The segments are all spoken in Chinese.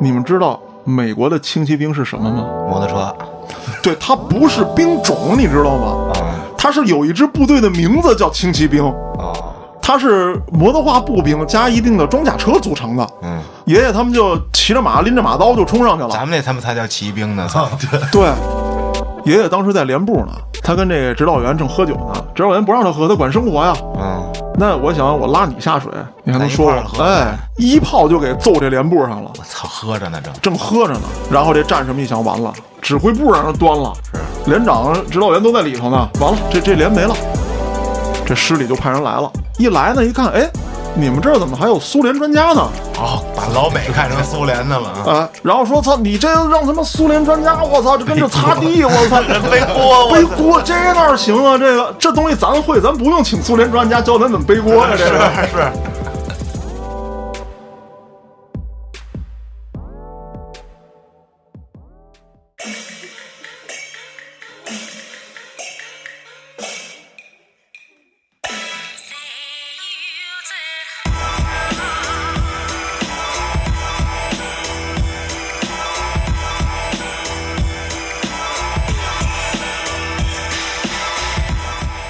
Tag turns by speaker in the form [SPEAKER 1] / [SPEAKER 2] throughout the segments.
[SPEAKER 1] 你们知道美国的轻骑兵是什么吗？
[SPEAKER 2] 摩托车
[SPEAKER 1] 对，它不是兵种，你知道吗？
[SPEAKER 2] 啊
[SPEAKER 1] 它是有一支部队的名字叫轻骑兵，
[SPEAKER 2] 哦，
[SPEAKER 1] 它是摩托化步兵加一定的装甲车组成的。
[SPEAKER 2] 嗯，
[SPEAKER 1] 爷爷他们就骑着马，拎着马刀就冲上去了。
[SPEAKER 2] 咱们那他妈才叫骑兵呢，操！
[SPEAKER 1] 对，爷爷当时在连部呢，他跟这个指导员正喝酒呢，指导员不让他喝，他管生活呀。
[SPEAKER 2] 嗯，
[SPEAKER 1] 那我想我拉你下水，你还能说
[SPEAKER 2] 咱一
[SPEAKER 1] 我？
[SPEAKER 2] 块儿喝
[SPEAKER 1] 哎，一炮就给揍这连部上了，
[SPEAKER 2] 我操，喝着呢正，
[SPEAKER 1] 正喝着呢。然后这战士们一想，完了，指挥部让人端了，连长、指导员都在里头呢，完了，这这连没了。这师里就派人来了，一来呢一看，哎，你们这儿怎么还有苏联专家呢？
[SPEAKER 2] 哦，把老美看成苏联的了 啊，
[SPEAKER 1] 啊，然后说操，你这让他妈苏联专家，我操，这跟着擦地，我操，
[SPEAKER 2] 背锅哎我
[SPEAKER 1] 背锅这哪行啊？这个这东西咱会，咱不用请苏联专家教咱怎么背锅呀、这
[SPEAKER 2] 是
[SPEAKER 1] 个
[SPEAKER 2] 是，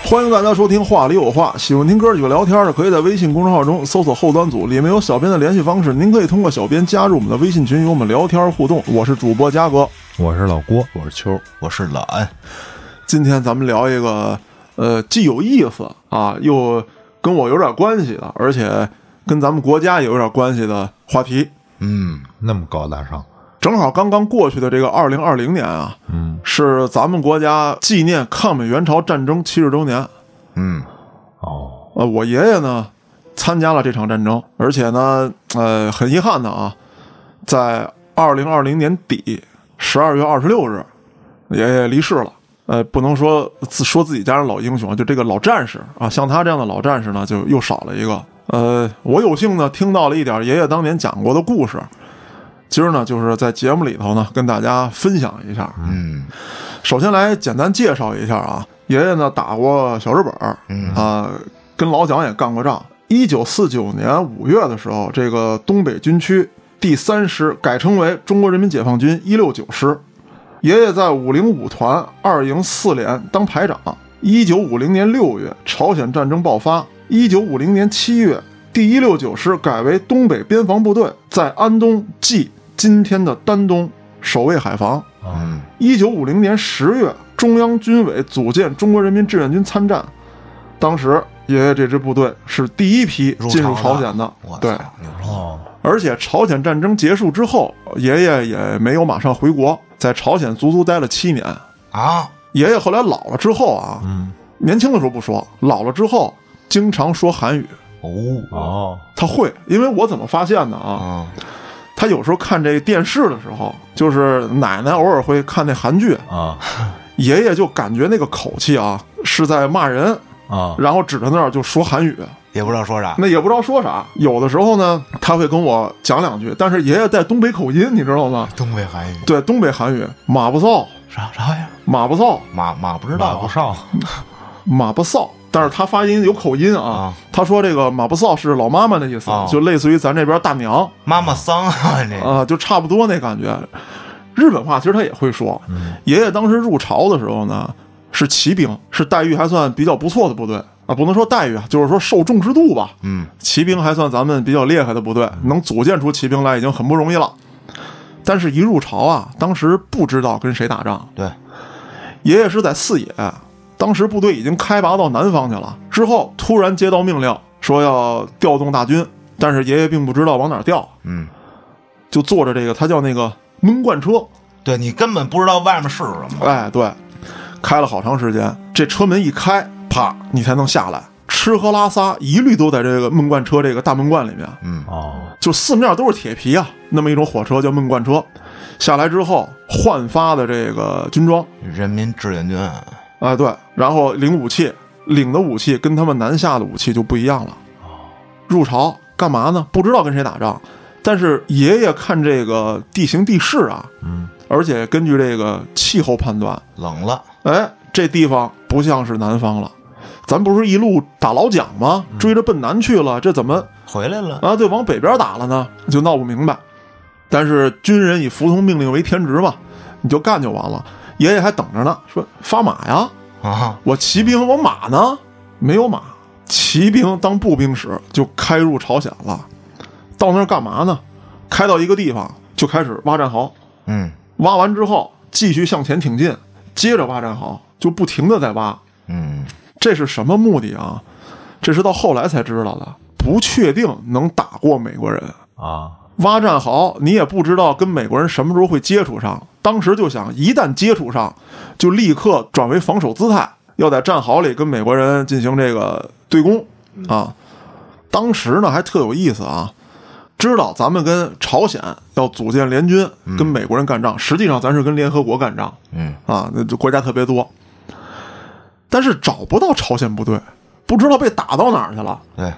[SPEAKER 1] 欢迎大家收听《话里有话》，喜欢听哥几个聊天的，可以在微信公众号中搜索“后端组”，里面有小编的联系方式，您可以通过小编加入我们的微信群，与我们聊天互动。我是主播嘉哥，
[SPEAKER 3] 我是老郭，
[SPEAKER 2] 我是秋，我是老安，
[SPEAKER 1] 今天咱们聊一个，呃，既有意思啊，又跟我有点关系的，而且跟咱们国家也有点关系的话题。
[SPEAKER 2] 嗯，
[SPEAKER 3] 那么高大上，啊
[SPEAKER 1] 正好刚刚过去的这个二零二零年啊，
[SPEAKER 3] 嗯，
[SPEAKER 1] 是咱们国家纪念抗美援朝战争七十周年。
[SPEAKER 2] 嗯，
[SPEAKER 3] 哦，
[SPEAKER 1] 呃，我爷爷呢参加了这场战争，而且呢，呃，很遗憾的啊，在二零二零年底十二月二十六日，爷爷离世了。呃，不能说自说自己家人老英雄，就这个老战士啊，像他这样的老战士呢，就又少了一个。呃，我有幸呢听到了一点爷爷当年讲过的故事，今儿呢就是在节目里头呢跟大家分享一下。
[SPEAKER 2] 嗯，
[SPEAKER 1] 首先来简单介绍一下啊，爷爷呢打过小日本儿，
[SPEAKER 2] 嗯
[SPEAKER 1] 啊、跟老蒋也干过仗。一九四九年五月的时候，这个东北军区第三师改称为中国人民解放军一六九师，爷爷在五零五团二营四连当排长。一九五零年六月，朝鲜战争爆发。一九五零年七月，第一六九师改为东北边防部队，在安东即今天的丹东守卫海防。
[SPEAKER 2] 嗯，
[SPEAKER 1] 一九五零年十月，中央军委组建中国人民志愿军参战，当时爷爷这支部队是第一批进入朝鲜的
[SPEAKER 2] 我。
[SPEAKER 1] 对，
[SPEAKER 2] 操，牛逼，
[SPEAKER 3] 哦，
[SPEAKER 1] 而且朝鲜战争结束之后，爷爷也没有马上回国，在朝鲜足足待了七年。
[SPEAKER 2] 啊，
[SPEAKER 1] 爷爷后来老了之后啊，
[SPEAKER 3] 嗯，
[SPEAKER 1] 年轻的时候不说，老了之后经常说韩语，
[SPEAKER 2] 哦，
[SPEAKER 3] 哦，
[SPEAKER 1] 他会。因为我怎么发现的啊？
[SPEAKER 2] 啊，
[SPEAKER 1] 他有时候看这电视的时候，就是奶奶偶尔会看那韩剧，
[SPEAKER 3] 啊
[SPEAKER 1] 爷爷就感觉那个口气啊是在骂人，
[SPEAKER 3] 啊，
[SPEAKER 1] 然后指着那儿就说韩语，
[SPEAKER 2] 也不知道说啥，
[SPEAKER 1] 那也不知道说啥。有的时候呢，他会跟我讲两句，但是爷爷带东北口音，你知道吗？
[SPEAKER 2] 东北韩语
[SPEAKER 1] 对，东北韩语，马不臊，
[SPEAKER 2] 啥啥玩意儿？
[SPEAKER 1] 马不臊，
[SPEAKER 2] 马马不知
[SPEAKER 3] 打
[SPEAKER 2] 道
[SPEAKER 3] 不，上，
[SPEAKER 1] 马不臊。但是他发音有口音啊
[SPEAKER 2] 啊，
[SPEAKER 1] 他说这个马不臊是老妈妈的意思，
[SPEAKER 2] 哦
[SPEAKER 1] 就类似于咱这边大娘
[SPEAKER 2] 妈妈桑啊，这
[SPEAKER 1] 啊、就差不多那感觉。日本话其实他也会说，爷爷当时入朝的时候呢，是骑兵，是待遇还算比较不错的部队啊，不能说待遇啊，就是说受重之度吧。
[SPEAKER 2] 嗯，
[SPEAKER 1] 骑兵还算咱们比较厉害的部队，能组建出骑兵来已经很不容易了。但是，一入朝啊，当时不知道跟谁打仗。
[SPEAKER 2] 对，
[SPEAKER 1] 爷爷是在四野，当时部队已经开拔到南方去了。之后突然接到命令，说要调动大军，但是爷爷并不知道往哪儿调，
[SPEAKER 2] 嗯，
[SPEAKER 1] 就坐着这个，他叫那个闷罐车。
[SPEAKER 2] 对你根本不知道外面是什么，
[SPEAKER 1] 哎，对，开了好长时间，这车门一开，啪，你才能下来。吃喝拉撒一律都在这个闷罐车这个大闷罐里面。
[SPEAKER 2] 嗯，
[SPEAKER 3] 哦，
[SPEAKER 1] 就四面都是铁皮啊，那么一种火车叫闷罐车。下来之后换发的这个军装，
[SPEAKER 2] 人民志愿军，
[SPEAKER 1] 哎对，然后领武器，领的武器跟他们南下的武器就不一样了。入朝干嘛呢？不知道跟谁打仗，但是爷爷看这个地形地势啊，
[SPEAKER 3] 嗯，
[SPEAKER 1] 而且根据这个气候判断，
[SPEAKER 2] 冷了，
[SPEAKER 1] 哎，这地方不像是南方了。咱不是一路打老蒋吗？追着奔南去了，这怎么
[SPEAKER 2] 回来了，
[SPEAKER 1] 啊，对，往北边打了呢，就闹不明白。但是军人以服从命令为天职嘛，你就干就完了。爷爷还等着呢，说发马呀，
[SPEAKER 2] 啊，
[SPEAKER 1] 我骑兵，我马呢？没有马，骑兵当步兵使，就开入朝鲜了。到那儿干嘛呢？开到一个地方就开始挖战壕，
[SPEAKER 2] 嗯
[SPEAKER 1] 挖完之后继续向前挺进，接着挖战壕，就不停的在挖。
[SPEAKER 2] 嗯，
[SPEAKER 1] 这是什么目的啊？这是到后来才知道的，不确定能打过美国人。
[SPEAKER 3] 啊，
[SPEAKER 1] 挖战壕，你也不知道跟美国人什么时候会接触上。当时就想，一旦接触上，就立刻转为防守姿态，要在战壕里跟美国人进行这个对攻啊。当时呢还特有意思啊，知道咱们跟朝鲜要组建联军跟美国人干仗，实际上咱是跟联合国干仗
[SPEAKER 2] 嗯
[SPEAKER 1] 啊，那就国家特别多，但是找不到朝鲜部队，不知道被打到哪儿去了。
[SPEAKER 2] 对，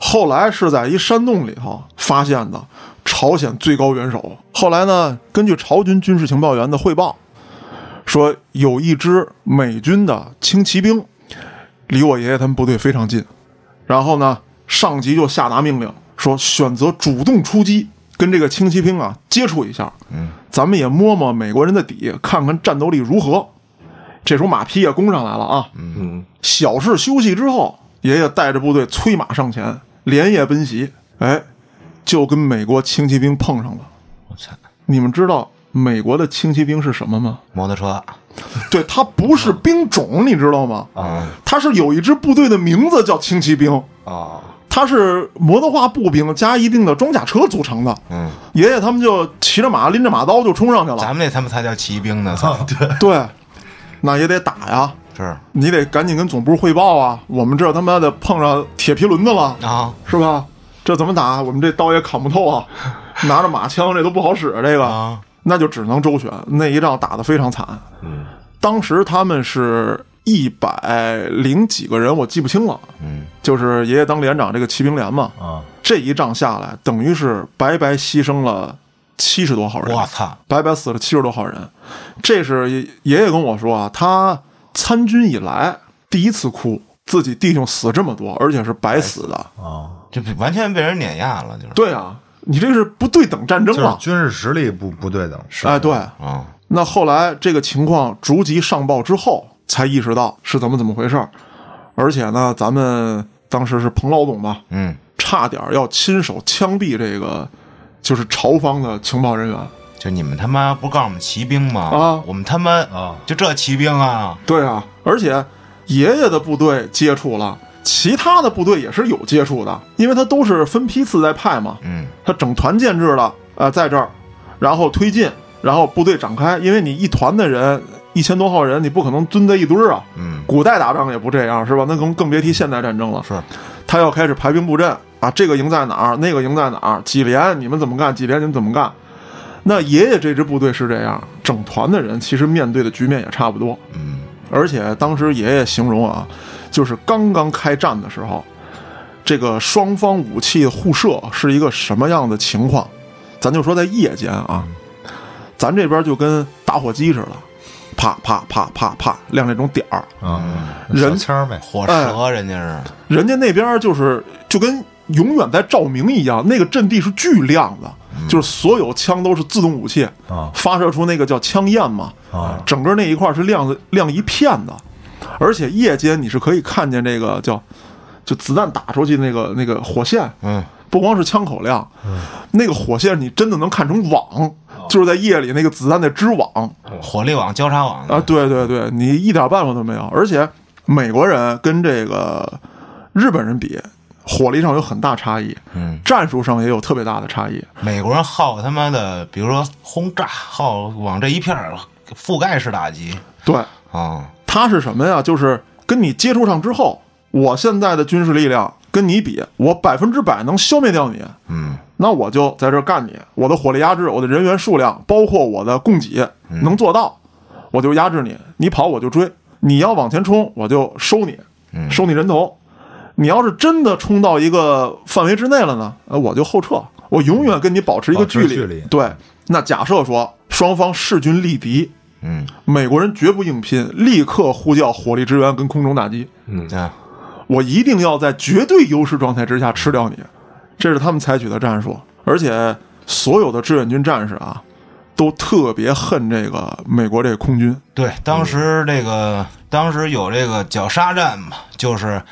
[SPEAKER 1] 后来是在一山洞里头发现的呃朝鲜最高元首。后来呢，根据朝军军事情报员的汇报，说有一支美军的轻骑兵离我爷爷他们部队非常近。然后呢，上级就下达命令说，选择主动出击，跟这个轻骑兵啊接触一下。
[SPEAKER 2] 嗯，
[SPEAKER 1] 咱们也摸摸美国人的底，看看战斗力如何。这时候马匹也攻上来了啊，
[SPEAKER 3] 嗯，
[SPEAKER 1] 小事休息之后，爷爷带着部队催马上前，连夜奔袭。哎，就跟美国轻骑兵碰上了。
[SPEAKER 2] 我操，
[SPEAKER 1] 你们知道美国的轻骑兵是什么吗？
[SPEAKER 2] 摩托车，
[SPEAKER 1] 对，它不是兵种，你知道吗？
[SPEAKER 3] 啊
[SPEAKER 2] 嗯
[SPEAKER 1] 它是有一支部队的名字叫轻骑兵，
[SPEAKER 3] 啊，
[SPEAKER 1] 它是摩托化步兵加一定的装甲车组成的。
[SPEAKER 2] 嗯，
[SPEAKER 1] 爷爷他们就骑着马，拎着马刀就冲上去了。
[SPEAKER 2] 咱们那他妈才叫骑兵呢，操，对，
[SPEAKER 1] 对，那也得打呀，
[SPEAKER 2] 是
[SPEAKER 1] 你得赶紧跟总部汇报啊。我们这他妈的碰上铁皮轮子了，
[SPEAKER 2] 啊
[SPEAKER 1] 是吧？这怎么打？我们这刀也砍不透 啊，拿着马枪这都不好使，这个、
[SPEAKER 2] 啊，
[SPEAKER 1] 那就只能周旋。那一仗打得非常惨，
[SPEAKER 3] 嗯
[SPEAKER 1] 当时他们是一百零几个人，我记不清了。
[SPEAKER 2] 嗯，
[SPEAKER 1] 就是爷爷当连长，这个骑兵连嘛，
[SPEAKER 3] 啊，
[SPEAKER 1] 这一仗下来，等于是白白牺牲了七十多号人，
[SPEAKER 2] 我操，
[SPEAKER 1] 白白死了七十多号人。这是爷爷爷跟我说啊，他参军以来第一次哭，自己弟兄死这么多，而且是白死的。
[SPEAKER 3] 啊，
[SPEAKER 2] 就完全被人碾压了，就是，
[SPEAKER 1] 对啊，你这是不对等战争
[SPEAKER 3] 就是
[SPEAKER 1] 了。
[SPEAKER 3] 军事实力不不对等，是
[SPEAKER 1] 哎，对。
[SPEAKER 2] 啊，
[SPEAKER 1] 那后来这个情况逐级上报之后，才意识到是怎么怎么回事儿。而且呢，咱们当时是彭老总吧，
[SPEAKER 2] 嗯，
[SPEAKER 1] 差点要亲手枪毙这个就是朝方的情报人员。
[SPEAKER 2] 就你们他妈不告诉我们骑兵吗？
[SPEAKER 1] 啊
[SPEAKER 2] 我们他妈
[SPEAKER 3] 啊
[SPEAKER 2] 就这骑兵啊，
[SPEAKER 1] 对啊，而且爷爷的部队接触了，其他的部队也是有接触的，因为他都是分批次在派嘛。
[SPEAKER 2] 嗯
[SPEAKER 1] 他整团建制了，呃，在这儿，然后推进，然后部队展开，因为你一团的人一千多号人，你不可能蹲在一堆儿啊。
[SPEAKER 2] 嗯，
[SPEAKER 1] 古代打仗也不这样，是吧？那更更别提现代战争了。
[SPEAKER 2] 是，
[SPEAKER 1] 他要开始排兵布阵啊，这个营在哪儿，那个营在哪儿，几连你们怎么干，几连你们怎么干。那爷爷这支部队是这样，整团的人其实面对的局面也差不多。
[SPEAKER 2] 嗯
[SPEAKER 1] 而且当时爷爷形容啊，就是刚刚开战的时候，这个双方武器互射是一个什么样的情况？咱就说在夜间啊，咱这边就跟打火机似的，啪啪啪啪啪亮这种点儿，
[SPEAKER 3] 啊，
[SPEAKER 1] 嗯人
[SPEAKER 3] 小枪呗，
[SPEAKER 2] 火蛇人家是，
[SPEAKER 1] 人家那边就是就跟永远在照明一样，那个阵地是巨亮的，就是所有枪都是自动武器，
[SPEAKER 3] 啊
[SPEAKER 1] 发射出那个叫枪焰嘛，
[SPEAKER 3] 啊
[SPEAKER 1] 整个那一块是亮的亮一片的，而且夜间你是可以看见这个叫就子弹打出去那个那个火线，
[SPEAKER 2] 嗯，
[SPEAKER 1] 不光是枪口亮，那个火线你真的能看成网，就是在夜里那个子弹的织网
[SPEAKER 2] 火力网、交叉网
[SPEAKER 1] 啊，对对对，你一点办法都没有。而且美国人跟这个日本人比，火力上有很大差异，
[SPEAKER 2] 嗯，
[SPEAKER 1] 战术上也有特别大的差异。
[SPEAKER 2] 美国人好他妈的，比如说轰炸，好往这一片儿覆盖式打击
[SPEAKER 1] 对，
[SPEAKER 2] 啊，
[SPEAKER 1] 它是什么呀？就是跟你接触上之后，我现在的军事力量跟你比，我百分之百能消灭掉你，
[SPEAKER 2] 嗯
[SPEAKER 1] 那我就在这儿干你。我的火力压制，我的人员数量，包括我的供给，
[SPEAKER 3] 嗯
[SPEAKER 1] 能做到，我就压制你。你跑我就追，你要往前冲，我就收你，
[SPEAKER 2] 嗯
[SPEAKER 1] 收你人头。你要是真的冲到一个范围之内了呢，呃，我就后撤，我永远跟你保持一个
[SPEAKER 3] 保持
[SPEAKER 1] 距离。
[SPEAKER 3] 距离
[SPEAKER 1] 对，那假设说双方势均力敌，
[SPEAKER 2] 嗯
[SPEAKER 1] 美国人绝不硬拼，立刻呼叫火力支援跟空中打击。
[SPEAKER 2] 啊，
[SPEAKER 1] 我一定要在绝对优势状态之下吃掉你，这是他们采取的战术。而且所有的志愿军战士啊，都特别恨这个美国这个空军。
[SPEAKER 2] 对，当时这个当时有这个绞杀战嘛，就是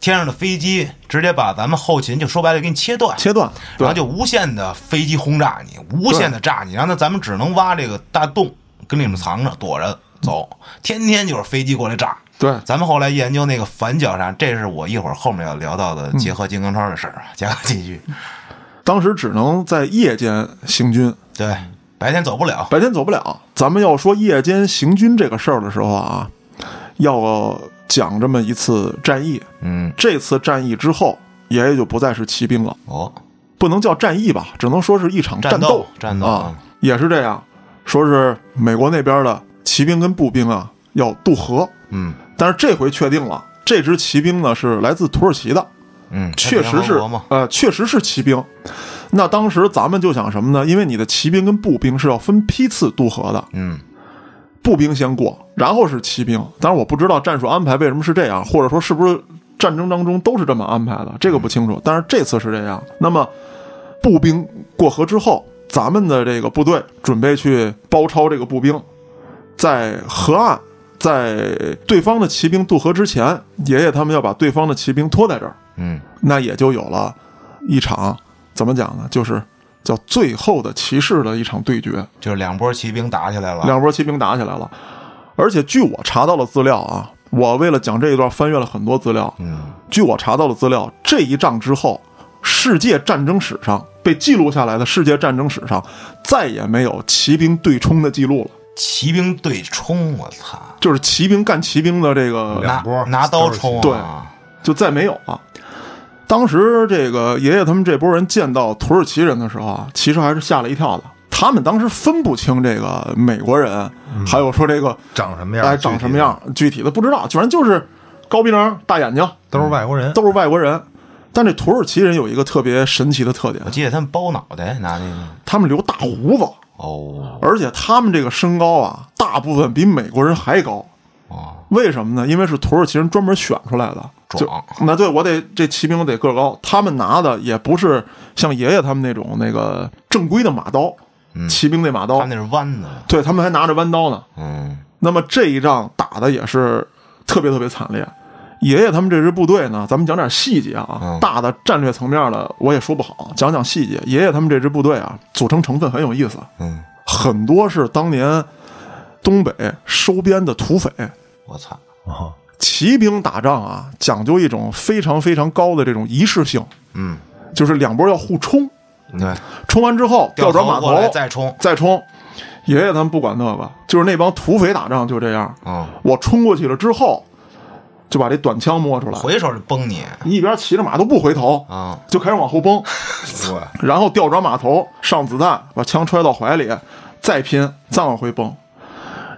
[SPEAKER 2] 天上的飞机直接把咱们后勤就说白了给你切断，
[SPEAKER 1] 切断，对
[SPEAKER 2] 然后，就无限的飞机轰炸你，无限的炸你，然后呢咱们只能挖这个大洞跟里面藏着躲着走，天天就是飞机过来炸。
[SPEAKER 1] 对，
[SPEAKER 2] 咱们后来研究那个反绞杀，这是我一会儿后面要聊到的结合金刚川的事儿
[SPEAKER 1] 嗯
[SPEAKER 2] 啊，加继续。
[SPEAKER 1] 当时只能在夜间行军，
[SPEAKER 2] 对，白天走不了，
[SPEAKER 1] 白天走不了。咱们要说夜间行军这个事儿的时候啊，要讲这么一次战役。
[SPEAKER 2] 嗯，
[SPEAKER 1] 这次战役之后，爷爷就不再是骑兵了，
[SPEAKER 2] 哦，
[SPEAKER 1] 不能叫战役吧，只能说是一场
[SPEAKER 2] 战
[SPEAKER 1] 斗。
[SPEAKER 2] 斗战斗
[SPEAKER 1] 啊，也是这样，说是美国那边的骑兵跟步兵啊要渡河，
[SPEAKER 2] 嗯
[SPEAKER 1] 但是这回确定了，这支骑兵呢是来自土耳其的，
[SPEAKER 2] 嗯，
[SPEAKER 1] 确实
[SPEAKER 2] 联合
[SPEAKER 1] 是
[SPEAKER 2] 国嘛，
[SPEAKER 1] 呃，确实是骑兵。那当时咱们就想什么呢？因为你的骑兵跟步兵是要分批次渡河的，
[SPEAKER 2] 嗯
[SPEAKER 1] 步兵先过，然后是骑兵。当然我不知道战术安排为什么是这样，或者说是不是战争当中都是这么安排的，这个不清楚。但是这次是这样。那么步兵过河之后，咱们的这个部队准备去包抄这个步兵，在河岸，在对方的骑兵渡河之前，爷爷他们要把对方的骑兵拖在这儿。
[SPEAKER 2] 嗯，
[SPEAKER 1] 那也就有了一场怎么讲呢？就是叫最后的骑士的一场对决，
[SPEAKER 2] 就是两波骑兵打起来了，
[SPEAKER 1] 两波骑兵打起来了。而且据我查到的资料啊，我为了讲这一段翻阅了很多资料。
[SPEAKER 2] 嗯
[SPEAKER 1] 据我查到的资料，这一仗之后，世界战争史上被记录下来的世界战争史上再也没有骑兵对冲的记录了，
[SPEAKER 2] 骑兵对冲，我操，
[SPEAKER 1] 就是骑兵干骑兵的这个
[SPEAKER 2] 拿
[SPEAKER 3] 两波
[SPEAKER 2] 拿刀冲
[SPEAKER 1] 对
[SPEAKER 2] 啊，
[SPEAKER 1] 就再没有了。当时这个爷爷他们这波人见到土耳其人的时候啊，其实还是吓了一跳的。他们当时分不清这个美国人，还有嗯说这个
[SPEAKER 3] 长什么样？
[SPEAKER 1] 哎
[SPEAKER 3] 具体
[SPEAKER 1] 长什么样，具体的不知道，反正就是高鼻梁、大眼睛，
[SPEAKER 3] 都是外国人，
[SPEAKER 1] 嗯都是外国人。但这土耳其人有一个特别神奇的特点
[SPEAKER 2] 我，记得他们包脑袋拿那个，
[SPEAKER 1] 他们留大胡子，
[SPEAKER 2] 哦
[SPEAKER 1] 而且他们这个身高啊，大部分比美国人还高。
[SPEAKER 2] 哦，
[SPEAKER 1] 为什么呢？因为是土耳其人专门选出来的，就
[SPEAKER 2] 壮
[SPEAKER 1] 那对我得这骑兵我得个儿高，他们拿的也不是像爷爷他们那种那个正规的马刀，骑兵那马
[SPEAKER 2] 嗯他
[SPEAKER 1] 刀
[SPEAKER 2] 们，那是弯的，
[SPEAKER 1] 对他们还拿着弯刀呢。
[SPEAKER 2] 嗯
[SPEAKER 1] 那么这一仗打的也是特别特别惨烈。爷爷他们这支部队呢，咱们讲点细节啊，
[SPEAKER 2] 嗯
[SPEAKER 1] 大的战略层面的我也说不好，讲讲细节。爷爷他们这支部队啊，组成成分很有意思，
[SPEAKER 2] 嗯，
[SPEAKER 1] 很多是当年东北收编的土匪，
[SPEAKER 2] 我操，
[SPEAKER 3] 哦
[SPEAKER 1] 骑兵打仗啊，讲究一种非常非常高的这种仪式性，
[SPEAKER 2] 嗯
[SPEAKER 1] 就是两波要互冲，
[SPEAKER 2] 对，
[SPEAKER 1] 冲完之后调转
[SPEAKER 2] 头
[SPEAKER 1] 马
[SPEAKER 2] 过来再冲，
[SPEAKER 1] 再冲。爷爷他们不管那个，就是那帮土匪打仗就这样，
[SPEAKER 2] 嗯，
[SPEAKER 1] 我冲过去了之后，就把这短枪摸出来，
[SPEAKER 2] 回手就崩你
[SPEAKER 1] 你一边骑着马都不回头，
[SPEAKER 2] 啊，
[SPEAKER 1] 就开始往后崩，
[SPEAKER 3] 对，
[SPEAKER 1] 然后调转马头上子弹，把枪揣到怀里，再拼，再往回蹦。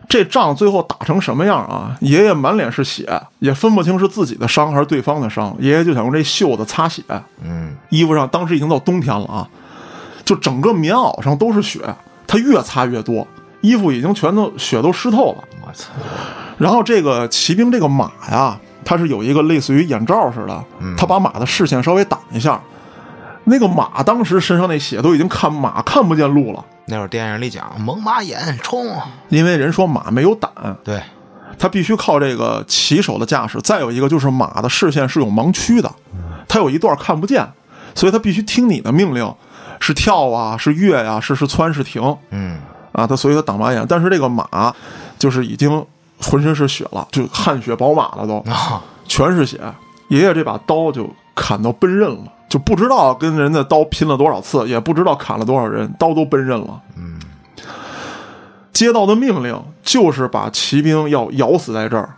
[SPEAKER 1] 这仗最后打成什么样啊？爷爷满脸是血，也分不清是自己的伤还是对方的伤。爷爷就想用这袖子擦血，
[SPEAKER 2] 嗯
[SPEAKER 1] 衣服上当时已经到冬天了啊，就整个棉袄上都是血，他越擦越多，衣服已经全都血都湿透了。
[SPEAKER 2] 我操，
[SPEAKER 1] 然后这个骑兵这个马呀，它是有一个类似于眼罩似的，它把马的视线稍微挡一下。那个马当时身上那血都已经看马看不见路了，
[SPEAKER 2] 那会儿电影里讲猛犸眼冲，
[SPEAKER 1] 因为人说马没有胆，
[SPEAKER 2] 对，
[SPEAKER 1] 它必须靠这个骑手的驾驶。再有一个就是马的视线是有盲区的，它有一段看不见，所以它必须听你的命令，是跳啊，是跃呀、是是窜是停。
[SPEAKER 2] 嗯
[SPEAKER 1] 啊，他所以他挡马眼，但是这个马就是已经浑身是血了，就汗血宝马了都，
[SPEAKER 2] 啊，
[SPEAKER 1] 全是血。爷爷这把刀就砍到奔刃了，就不知道跟人的刀拼了多少次，也不知道砍了多少人，刀都奔刃了。嗯，接到的命令就是把骑兵要咬死在这儿，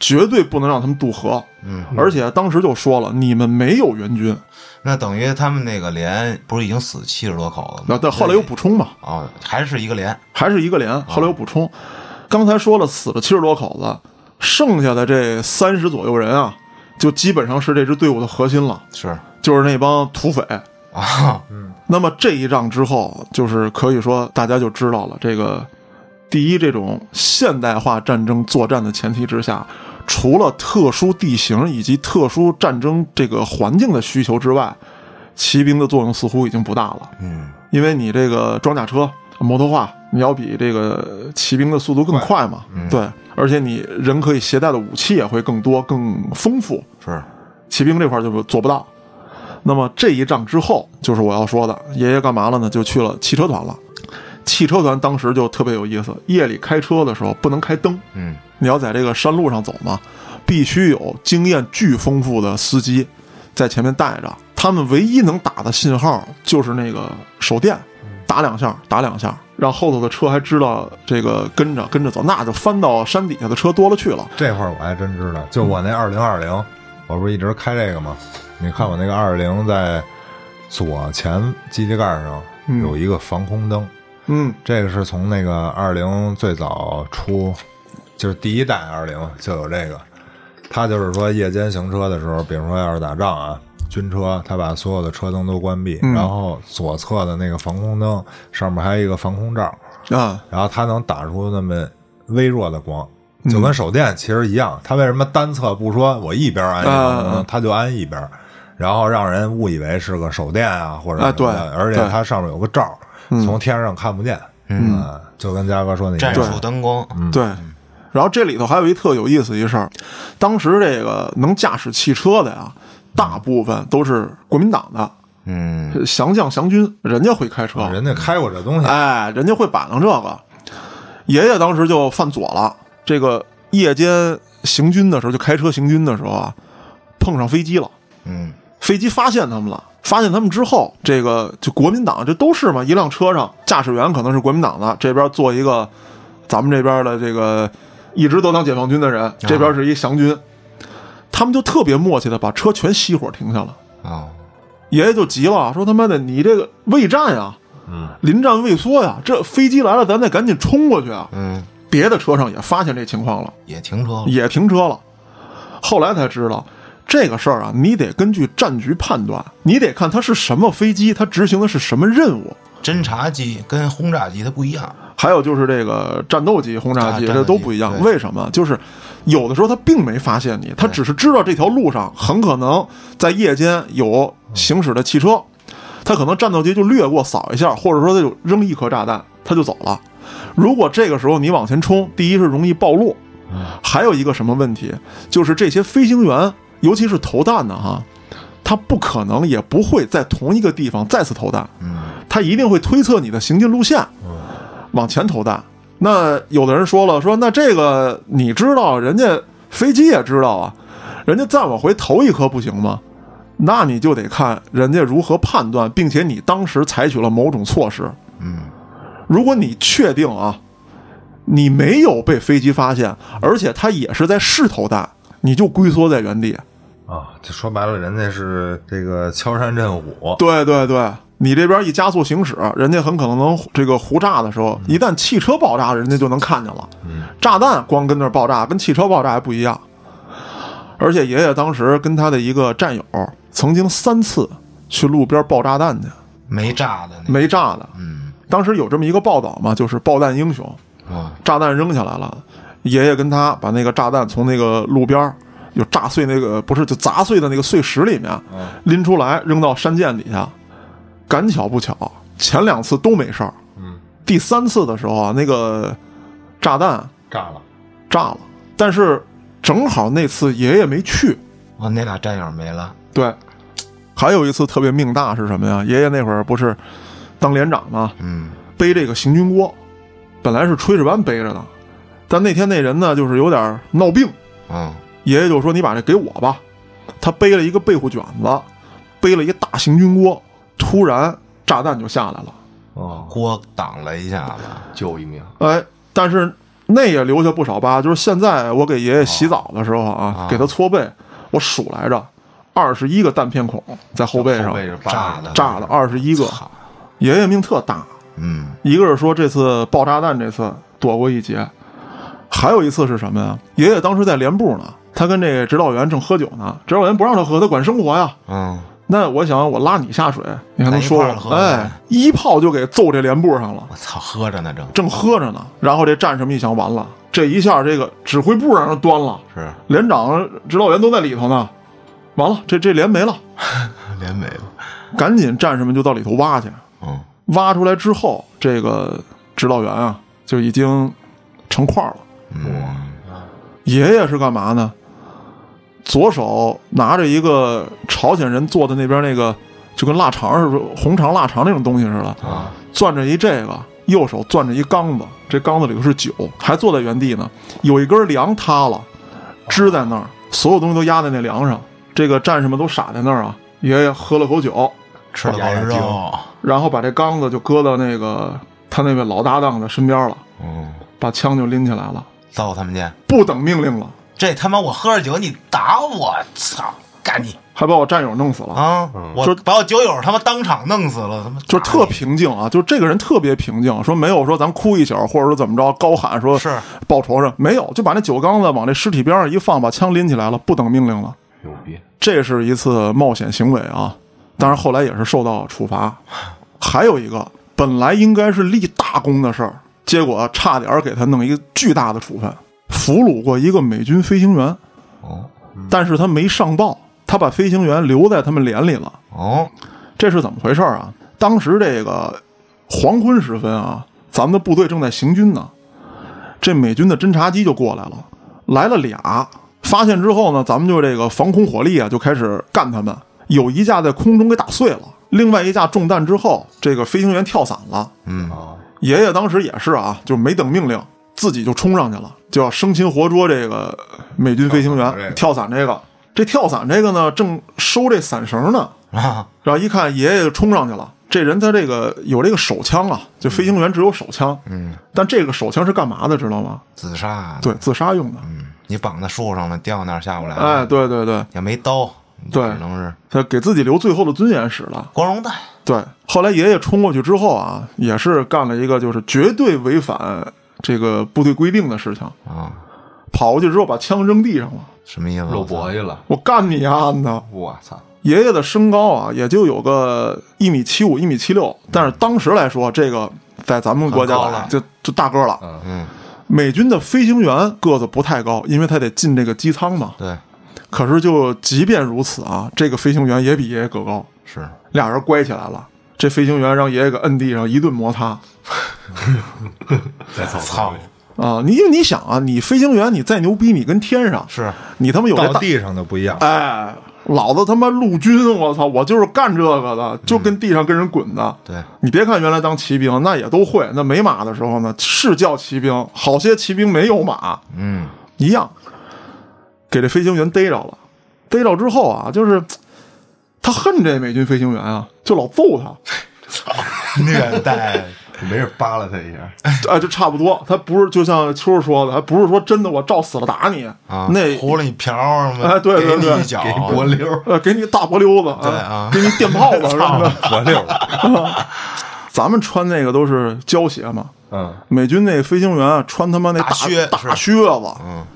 [SPEAKER 1] 绝对不能让他们渡河。嗯，而且当时就说了，你们没有援军。
[SPEAKER 2] 那等于他们那个连不是已经死七十多口子
[SPEAKER 1] 那
[SPEAKER 2] 吗？
[SPEAKER 1] 但后来有补充嘛？
[SPEAKER 2] 哦，还是一个连，
[SPEAKER 1] 还是一个连，后来有补充。刚才说了，死了七十多口子，剩下的这三十左右人啊，就基本上是这支队伍的核心了，
[SPEAKER 2] 是
[SPEAKER 1] 就是那帮土匪。
[SPEAKER 2] 啊，
[SPEAKER 1] 那么这一仗之后，就是可以说大家就知道了，这个第一，这种现代化战争作战的前提之下，除了特殊地形以及特殊战争这个环境的需求之外，骑兵的作用似乎已经不大了，
[SPEAKER 2] 嗯，
[SPEAKER 1] 因为你这个装甲车摩托化，你要比这个骑兵的速度更快嘛，
[SPEAKER 2] 嗯
[SPEAKER 1] 对，而且你人可以携带的武器也会更多、更丰富，
[SPEAKER 2] 是，
[SPEAKER 1] 骑兵这块就做不到。那么这一仗之后，就是我要说的，爷爷干嘛了呢？就去了汽车团了。汽车团当时就特别有意思，夜里开车的时候不能开灯，
[SPEAKER 2] 嗯，
[SPEAKER 1] 你要在这个山路上走嘛，必须有经验巨丰富的司机在前面带着。他们唯一能打的信号就是那个手电，打两下，打两下，让后头的车还知道这个跟着跟着走，那就翻到山底下的车多了去了。
[SPEAKER 3] 这会儿我还真知道，就我那二零二零，我不是一直开这个吗？你看我那个二零在左前机器盖上
[SPEAKER 1] 嗯
[SPEAKER 3] 有一个防空灯，
[SPEAKER 1] 嗯，
[SPEAKER 3] 这个是从那个二零最早出，就是第一代二零就有这个。它就是说夜间行车的时候，比如说要是打仗啊，军车，它把所有的车灯都关闭，
[SPEAKER 1] 嗯
[SPEAKER 3] 然后左侧的那个防空灯上面还有一个防空罩，
[SPEAKER 1] 啊，
[SPEAKER 3] 然后它能打出那么微弱的光，就跟手电其实一样。它为什么单侧不说我一边安一个
[SPEAKER 1] 啊
[SPEAKER 3] 防空灯，它就安一边，然后让人误以为是个手电啊或者
[SPEAKER 1] 啊
[SPEAKER 3] 什么的
[SPEAKER 1] 对
[SPEAKER 3] 而且
[SPEAKER 1] 对
[SPEAKER 3] 它上面有个罩，从天上看不见。
[SPEAKER 2] 嗯
[SPEAKER 3] 啊，就跟嘉哥说那一
[SPEAKER 2] 战
[SPEAKER 3] 样
[SPEAKER 2] 术灯光，
[SPEAKER 1] 对，
[SPEAKER 3] 嗯
[SPEAKER 1] 然后这里头还有一特有意思一事儿，当时这个能驾驶汽车的呀，大部分都是国民党的
[SPEAKER 2] 嗯，
[SPEAKER 1] 降将降军，人家会开车，
[SPEAKER 3] 哦人家开过这东西，
[SPEAKER 1] 哎，人家会摆弄这个。爷爷当时就犯左了，这个夜间行军的时候，就开车行军的时候啊，碰上飞机了。
[SPEAKER 2] 嗯，
[SPEAKER 1] 飞机发现他们了，发现他们之后，这个就国民党这都是嘛，一辆车上驾驶员可能是国民党的，这边坐一个咱们这边的这个一直都当解放军的人，这边是一降军，他们就特别默契的把车全熄火停下了。
[SPEAKER 2] 哦，
[SPEAKER 1] 爷爷就急了，说他妈的你这个畏战呀，
[SPEAKER 3] 嗯，
[SPEAKER 1] 临战畏缩呀，这飞机来了咱得赶紧冲过去啊！
[SPEAKER 2] 嗯，
[SPEAKER 1] 别的车上也发现这情况了，
[SPEAKER 2] 也停车了，
[SPEAKER 1] 也停车了。后来才知道，这个事儿啊，你得根据战局判断，你得看它是什么飞机，它执行的是什么任务。
[SPEAKER 2] 侦察机跟轰炸机它不一样，
[SPEAKER 1] 还有就是这个战斗机、轰炸
[SPEAKER 2] 啊
[SPEAKER 1] 机，
[SPEAKER 2] 战斗
[SPEAKER 1] 这都
[SPEAKER 2] 机
[SPEAKER 1] 不一样。
[SPEAKER 2] 对
[SPEAKER 1] 为什么？就是有的时候他并没发现你，他只是知道这条路上很可能在夜间有行驶的汽车，他可能战斗机就掠过扫一下，或者说他就扔一颗炸弹，他就走了。如果这个时候你往前冲，第一是容易暴露，
[SPEAKER 2] 嗯
[SPEAKER 1] 还有一个什么问题，就是这些飞行员，尤其是投弹的哈，他不可能也不会在同一个地方再次投弹，
[SPEAKER 2] 嗯，
[SPEAKER 1] 他一定会推测你的行进路线，往前投弹。那有的人说了，说那这个你知道，人家飞机也知道啊，人家再往回投一颗不行吗？那你就得看人家如何判断，并且你当时采取了某种措施。
[SPEAKER 2] 嗯，
[SPEAKER 1] 如果你确定啊，你没有被飞机发现，而且它也是在试投弹，你就龟缩在原地。
[SPEAKER 3] 啊，就说白了，人家是这个敲山震虎，
[SPEAKER 1] 对对对，你这边一加速行驶，人家很可能能这个胡炸的时候，一旦汽车爆炸，人家就能看见了。炸弹光跟那儿爆炸，跟汽车爆炸还不一样。而且爷爷当时跟他的一个战友，曾经三次去路边爆炸弹去，
[SPEAKER 2] 没炸的那，
[SPEAKER 1] 没炸的。
[SPEAKER 2] 嗯，
[SPEAKER 1] 当时有这么一个报道嘛，就是爆弹英雄，
[SPEAKER 2] 啊，
[SPEAKER 1] 炸弹扔下来了，爷爷跟他把那个炸弹从那个路边儿有炸碎那个不是就砸碎的那个碎石里面拎出来扔到山涧底下。赶巧不巧，前两次都没事儿，
[SPEAKER 3] 嗯，
[SPEAKER 1] 第三次的时候啊，那个炸弹
[SPEAKER 3] 炸了，
[SPEAKER 1] 炸了，但是正好那次爷爷没去。
[SPEAKER 2] 我啊那俩战友没了，
[SPEAKER 1] 对，还有一次特别命大是什么呀？爷爷那会儿不是当连长吗？
[SPEAKER 2] 嗯，
[SPEAKER 1] 背这个行军锅，本来是炊事班背着的，但那天那人呢，就是有点闹病，
[SPEAKER 2] 嗯，
[SPEAKER 1] 爷爷就说：“你把这给我吧。”他背了一个被护卷子，背了一大行军锅，突然炸弹就下来了。
[SPEAKER 3] 哦，
[SPEAKER 2] 锅挡了一下子，
[SPEAKER 4] 救一命，
[SPEAKER 1] 哎，但是那也留下不少疤。就是现在我给爷爷洗澡的时候啊，
[SPEAKER 2] 啊
[SPEAKER 1] 给他搓背，我数来着，二十一个弹片孔在后背上
[SPEAKER 4] 后背是
[SPEAKER 2] 炸
[SPEAKER 4] 炸
[SPEAKER 2] 的，
[SPEAKER 1] 炸了，二十一个。
[SPEAKER 2] 操
[SPEAKER 1] 爷爷命特大，
[SPEAKER 2] 嗯，
[SPEAKER 1] 一个是说这次爆炸弹这次躲过一劫，还有一次是什么呀？爷爷当时在连部呢，他跟这个指导员正喝酒呢，指导员不让他喝，他管生活呀。
[SPEAKER 2] 嗯，
[SPEAKER 1] 那我想我拉你下水，你还能说
[SPEAKER 2] 咱一块
[SPEAKER 1] 我？
[SPEAKER 2] 儿喝
[SPEAKER 1] 哎，一炮就给揍这连部上了，
[SPEAKER 2] 我操，喝着呢正
[SPEAKER 1] 正喝着呢。然后这战士们一想，完了，这一下这个指挥部让人端了，
[SPEAKER 2] 是
[SPEAKER 1] 连长、指导员都在里头呢，完了，这这连没了。
[SPEAKER 2] 连尾巴，
[SPEAKER 1] 赶紧战士们就到里头挖去。
[SPEAKER 2] 嗯，
[SPEAKER 1] 挖出来之后，这个指导员啊就已经成块了。爷爷是干嘛呢？左手拿着一个朝鲜人做的那边那个，就跟腊肠似的，红肠腊肠那种东西似的，
[SPEAKER 2] 啊，
[SPEAKER 1] 攥着一这个，右手攥着一缸子，这缸子里头是酒，还坐在原地呢。有一根梁塌了，支在那儿，所有东西都压在那梁上。这个战士们都傻在那儿啊。爷爷喝了口酒，
[SPEAKER 2] 吃了好吃肉，
[SPEAKER 1] 然后把这缸子就搁到那个他那位老搭档的身边了，
[SPEAKER 2] 嗯，
[SPEAKER 1] 把枪就拎起来了，
[SPEAKER 2] 揍他们去！
[SPEAKER 1] 不等命令了，
[SPEAKER 2] 这他妈我喝着酒，你打我，操，干你
[SPEAKER 1] 还把我战友弄死了。
[SPEAKER 2] 啊！我把我酒友他妈当场弄死了，他妈
[SPEAKER 1] 嗯就是特
[SPEAKER 2] 打
[SPEAKER 1] 平静啊，就是这个人特别平静，说没有说咱哭一宿，或者说怎么着高喊说
[SPEAKER 2] 你是
[SPEAKER 1] 报仇上没有，就把那酒缸子往这尸体边上一放，把枪拎起来了，不等命令了。
[SPEAKER 4] 牛逼，
[SPEAKER 1] 这是一次冒险行为啊，当然后来也是受到处罚。还有一个本来应该是立大功的事儿，结果差点儿给他弄一个巨大的处分，俘虏过一个美军飞行员，
[SPEAKER 2] 哦
[SPEAKER 1] 但是他没上报，他把飞行员留在他们连里了。
[SPEAKER 2] 哦，
[SPEAKER 1] 这是怎么回事儿啊？当时这个黄昏时分啊，咱们的部队正在行军呢，这美军的侦察机就过来了，来了俩，发现之后呢，咱们就这个防空火力啊就开始干他们，有一架在空中给打碎了，另外一架中弹之后，这个飞行员跳伞了。
[SPEAKER 2] 嗯，
[SPEAKER 1] 爷爷当时也是啊，就没等命令，自己就冲上去了，就要生擒活捉这个美军飞行员跳伞这个。这跳伞这个呢，正收这伞绳呢，
[SPEAKER 2] 啊，
[SPEAKER 1] 然后一看爷爷就冲上去了。这人他这个有这个手枪啊，就飞行员只有手枪，
[SPEAKER 2] 嗯，
[SPEAKER 1] 但这个手枪是干嘛的，知道吗？
[SPEAKER 2] 自杀，
[SPEAKER 1] 对，，自杀用的。
[SPEAKER 2] 嗯，你绑在树上了，掉那儿下不来，
[SPEAKER 1] 哎，，对对对，
[SPEAKER 2] 也没刀，你就
[SPEAKER 1] 对
[SPEAKER 2] 只能是
[SPEAKER 1] 他给自己留最后的尊严使了。
[SPEAKER 2] 光荣蛋，
[SPEAKER 1] 对，后来爷爷冲过去之后啊，也是干了一个就是绝对违反这个部队规定的事情，
[SPEAKER 2] 啊，
[SPEAKER 1] 跑过去之后把枪扔地上了，
[SPEAKER 2] 什么意思？啊
[SPEAKER 4] 露脖子了，
[SPEAKER 1] 我干你啊！呢，
[SPEAKER 4] 我操，
[SPEAKER 1] 爷爷的身高啊，也就有个一米七五、一米七六，但是当时来说，这个在咱们国家
[SPEAKER 2] 很高了
[SPEAKER 1] 就就大个了。
[SPEAKER 2] 嗯，
[SPEAKER 1] 美军的飞行员个子不太高，因为他得进这个机舱嘛。
[SPEAKER 2] 对，
[SPEAKER 1] 可是就即便如此啊，这个飞行员也比爷爷个高，
[SPEAKER 2] 是
[SPEAKER 1] 俩人乖起来了。这飞行员让爷爷给摁地上一顿摩擦
[SPEAKER 4] 再操
[SPEAKER 2] 操，
[SPEAKER 1] 啊！你因为你想啊，你飞行员你再牛逼，你跟天上
[SPEAKER 2] 是
[SPEAKER 1] 你他妈有这
[SPEAKER 3] 到
[SPEAKER 1] 大
[SPEAKER 3] 地上就不一样。
[SPEAKER 1] 哎，老子他妈陆军，我操，我就是干这个的，就跟地上跟人滚的。
[SPEAKER 2] 对，
[SPEAKER 1] 你别看原来当骑兵那也都会，那没马的时候呢是叫骑兵，好些骑兵没有马，
[SPEAKER 2] 嗯，
[SPEAKER 1] 一样，给这飞行员逮着了。逮着之后啊，就是嘖他恨这美军飞行员啊，就老揍 他，
[SPEAKER 2] 虐待，
[SPEAKER 4] 没事扒拉他一下，
[SPEAKER 1] 哎，就差不多。他不是就像秋儿说的，还不是说真的我照死了打你
[SPEAKER 2] 啊，
[SPEAKER 1] 那
[SPEAKER 2] 糊了一瓢儿什么，
[SPEAKER 1] 哎对对
[SPEAKER 2] 给
[SPEAKER 1] 对
[SPEAKER 2] 你一脚，
[SPEAKER 4] 给脖溜 儿，
[SPEAKER 1] 呃给你大脖溜子，
[SPEAKER 2] 对
[SPEAKER 1] 哎
[SPEAKER 2] 啊
[SPEAKER 1] 给你电炮 子什么的。
[SPEAKER 3] 我溜了，
[SPEAKER 1] 咱们穿那个都是胶鞋嘛，
[SPEAKER 4] 嗯
[SPEAKER 1] 美军那飞行员啊穿他妈那
[SPEAKER 2] 大
[SPEAKER 1] 大
[SPEAKER 2] 靴
[SPEAKER 1] 大
[SPEAKER 2] 是
[SPEAKER 1] 靴子，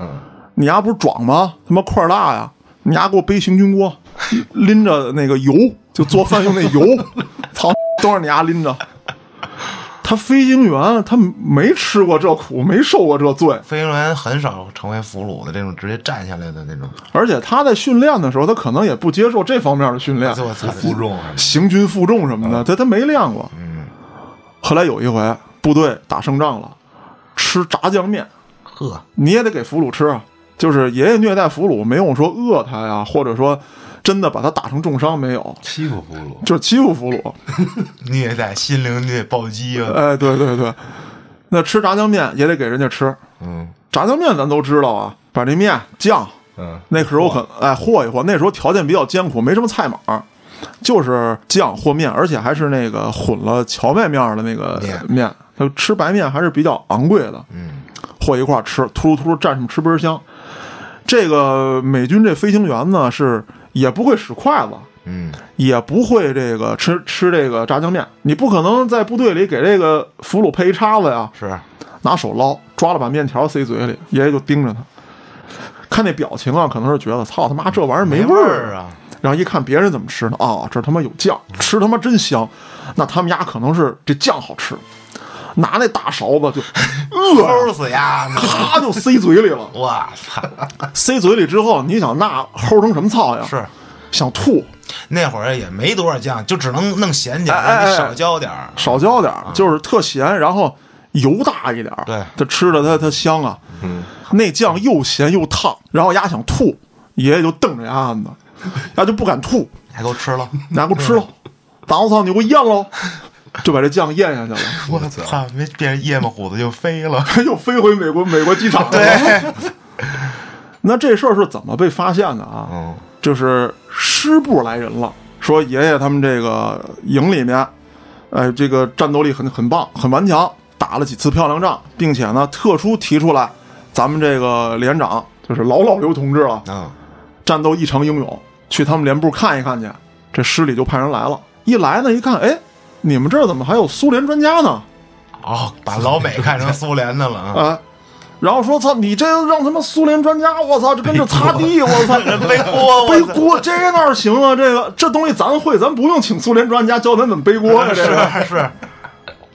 [SPEAKER 4] 嗯，
[SPEAKER 1] 你丫不是壮吗？他妈块儿大呀！你丫给我背行军锅，拎着那个油，就做饭用那油， 操，都让你丫拎着。他飞行员，他没吃过这苦，没受过这罪，
[SPEAKER 2] 飞行员很少成为俘虏的这种直接站下来的那种，
[SPEAKER 1] 而且他在训练的时候，他可能也不接受这方面的训练，
[SPEAKER 2] 就我操，
[SPEAKER 4] 负重什么的
[SPEAKER 1] 行军负重什么的，他他没练过。后来有一回，部队打胜仗了，吃炸酱面，
[SPEAKER 2] 呵，
[SPEAKER 1] 你也得给俘虏吃啊。就是爷爷虐待俘虏，没有说饿他呀，或者说真的把他打成重伤，没有，
[SPEAKER 4] 欺负俘虏，
[SPEAKER 1] 就是欺负俘虏。
[SPEAKER 2] 虐待心灵虐暴击啊，
[SPEAKER 1] 哎，对对对，那吃炸酱面也得给人家吃。
[SPEAKER 2] 嗯，
[SPEAKER 1] 炸酱面咱都知道啊，把这面酱
[SPEAKER 4] 嗯，
[SPEAKER 1] 那时候可哎和一和，那时候条件比较艰苦，没什么菜码，就是酱和面，而且还是那个混了荞麦面儿的那个
[SPEAKER 2] 面
[SPEAKER 1] 面。就吃白面还是比较昂贵的，
[SPEAKER 2] 嗯，
[SPEAKER 1] 和一块儿吃，突噜突噜蘸上吃倍儿香。这个美军这飞行员呢，是也不会使筷子，
[SPEAKER 2] 嗯，
[SPEAKER 1] 也不会这个吃吃这个炸酱面，你不可能在部队里给这个俘虏配一叉子呀，
[SPEAKER 2] 是
[SPEAKER 1] 拿手捞，抓了把面条塞嘴里，爷爷就盯着他，看那表情啊，可能是觉得操他妈这玩意儿没味
[SPEAKER 2] 味
[SPEAKER 1] 儿
[SPEAKER 2] 儿，啊，
[SPEAKER 1] 然后一看别人怎么吃呢，啊、这他妈有酱，吃他妈真香，那他们家可能是这酱好吃，拿那大勺子就 饿
[SPEAKER 2] 齁死呀，
[SPEAKER 1] 咔就塞嘴里了，
[SPEAKER 2] 我操，
[SPEAKER 1] 塞嘴里之后，你想那齁成什么操呀？
[SPEAKER 2] 是
[SPEAKER 1] 想吐，
[SPEAKER 2] 那会儿也没多少酱，就只能弄咸点儿，
[SPEAKER 1] 哎哎哎
[SPEAKER 2] 让你少浇点儿。
[SPEAKER 1] 少浇点儿，就是特咸，然后油大一点儿，
[SPEAKER 2] 对
[SPEAKER 1] 它吃的它它香啊，嗯，那酱又咸又烫，然后丫想吐，爷爷就瞪着丫案子，丫就不敢吐，
[SPEAKER 2] 还给我吃了，
[SPEAKER 1] 拿给我吃了，大王操，你给我咽喽，就把这酱咽下去了。
[SPEAKER 2] 我操，没变成夜幕虎子就飞了。
[SPEAKER 1] 又飞回美国美国机场了。对， 那这事儿是怎么被发现的啊？
[SPEAKER 2] 嗯，
[SPEAKER 1] 就是师部来人了，说爷爷他们这个营里面，哎，这个战斗力很很棒，很顽强，打了几次漂亮仗，并且呢，特殊提出来，咱们这个连长就是老老刘同志了，
[SPEAKER 2] 嗯，
[SPEAKER 1] 战斗异常英勇，去他们连部看一看去。这师里就派人来了，一来呢，一看，哎，你们这儿怎么还有苏联专家呢？
[SPEAKER 2] 哦，把老美看成苏联的了啊，
[SPEAKER 1] 啊，然后说操你这让他妈苏联专家，我操，这跟着擦地，我 操，
[SPEAKER 2] 背锅，
[SPEAKER 1] 背
[SPEAKER 2] 我操
[SPEAKER 1] 锅这哪行啊？这个这东西咱会，咱不用请苏联专家教咱怎么背 锅啊呀、这个
[SPEAKER 2] 是是，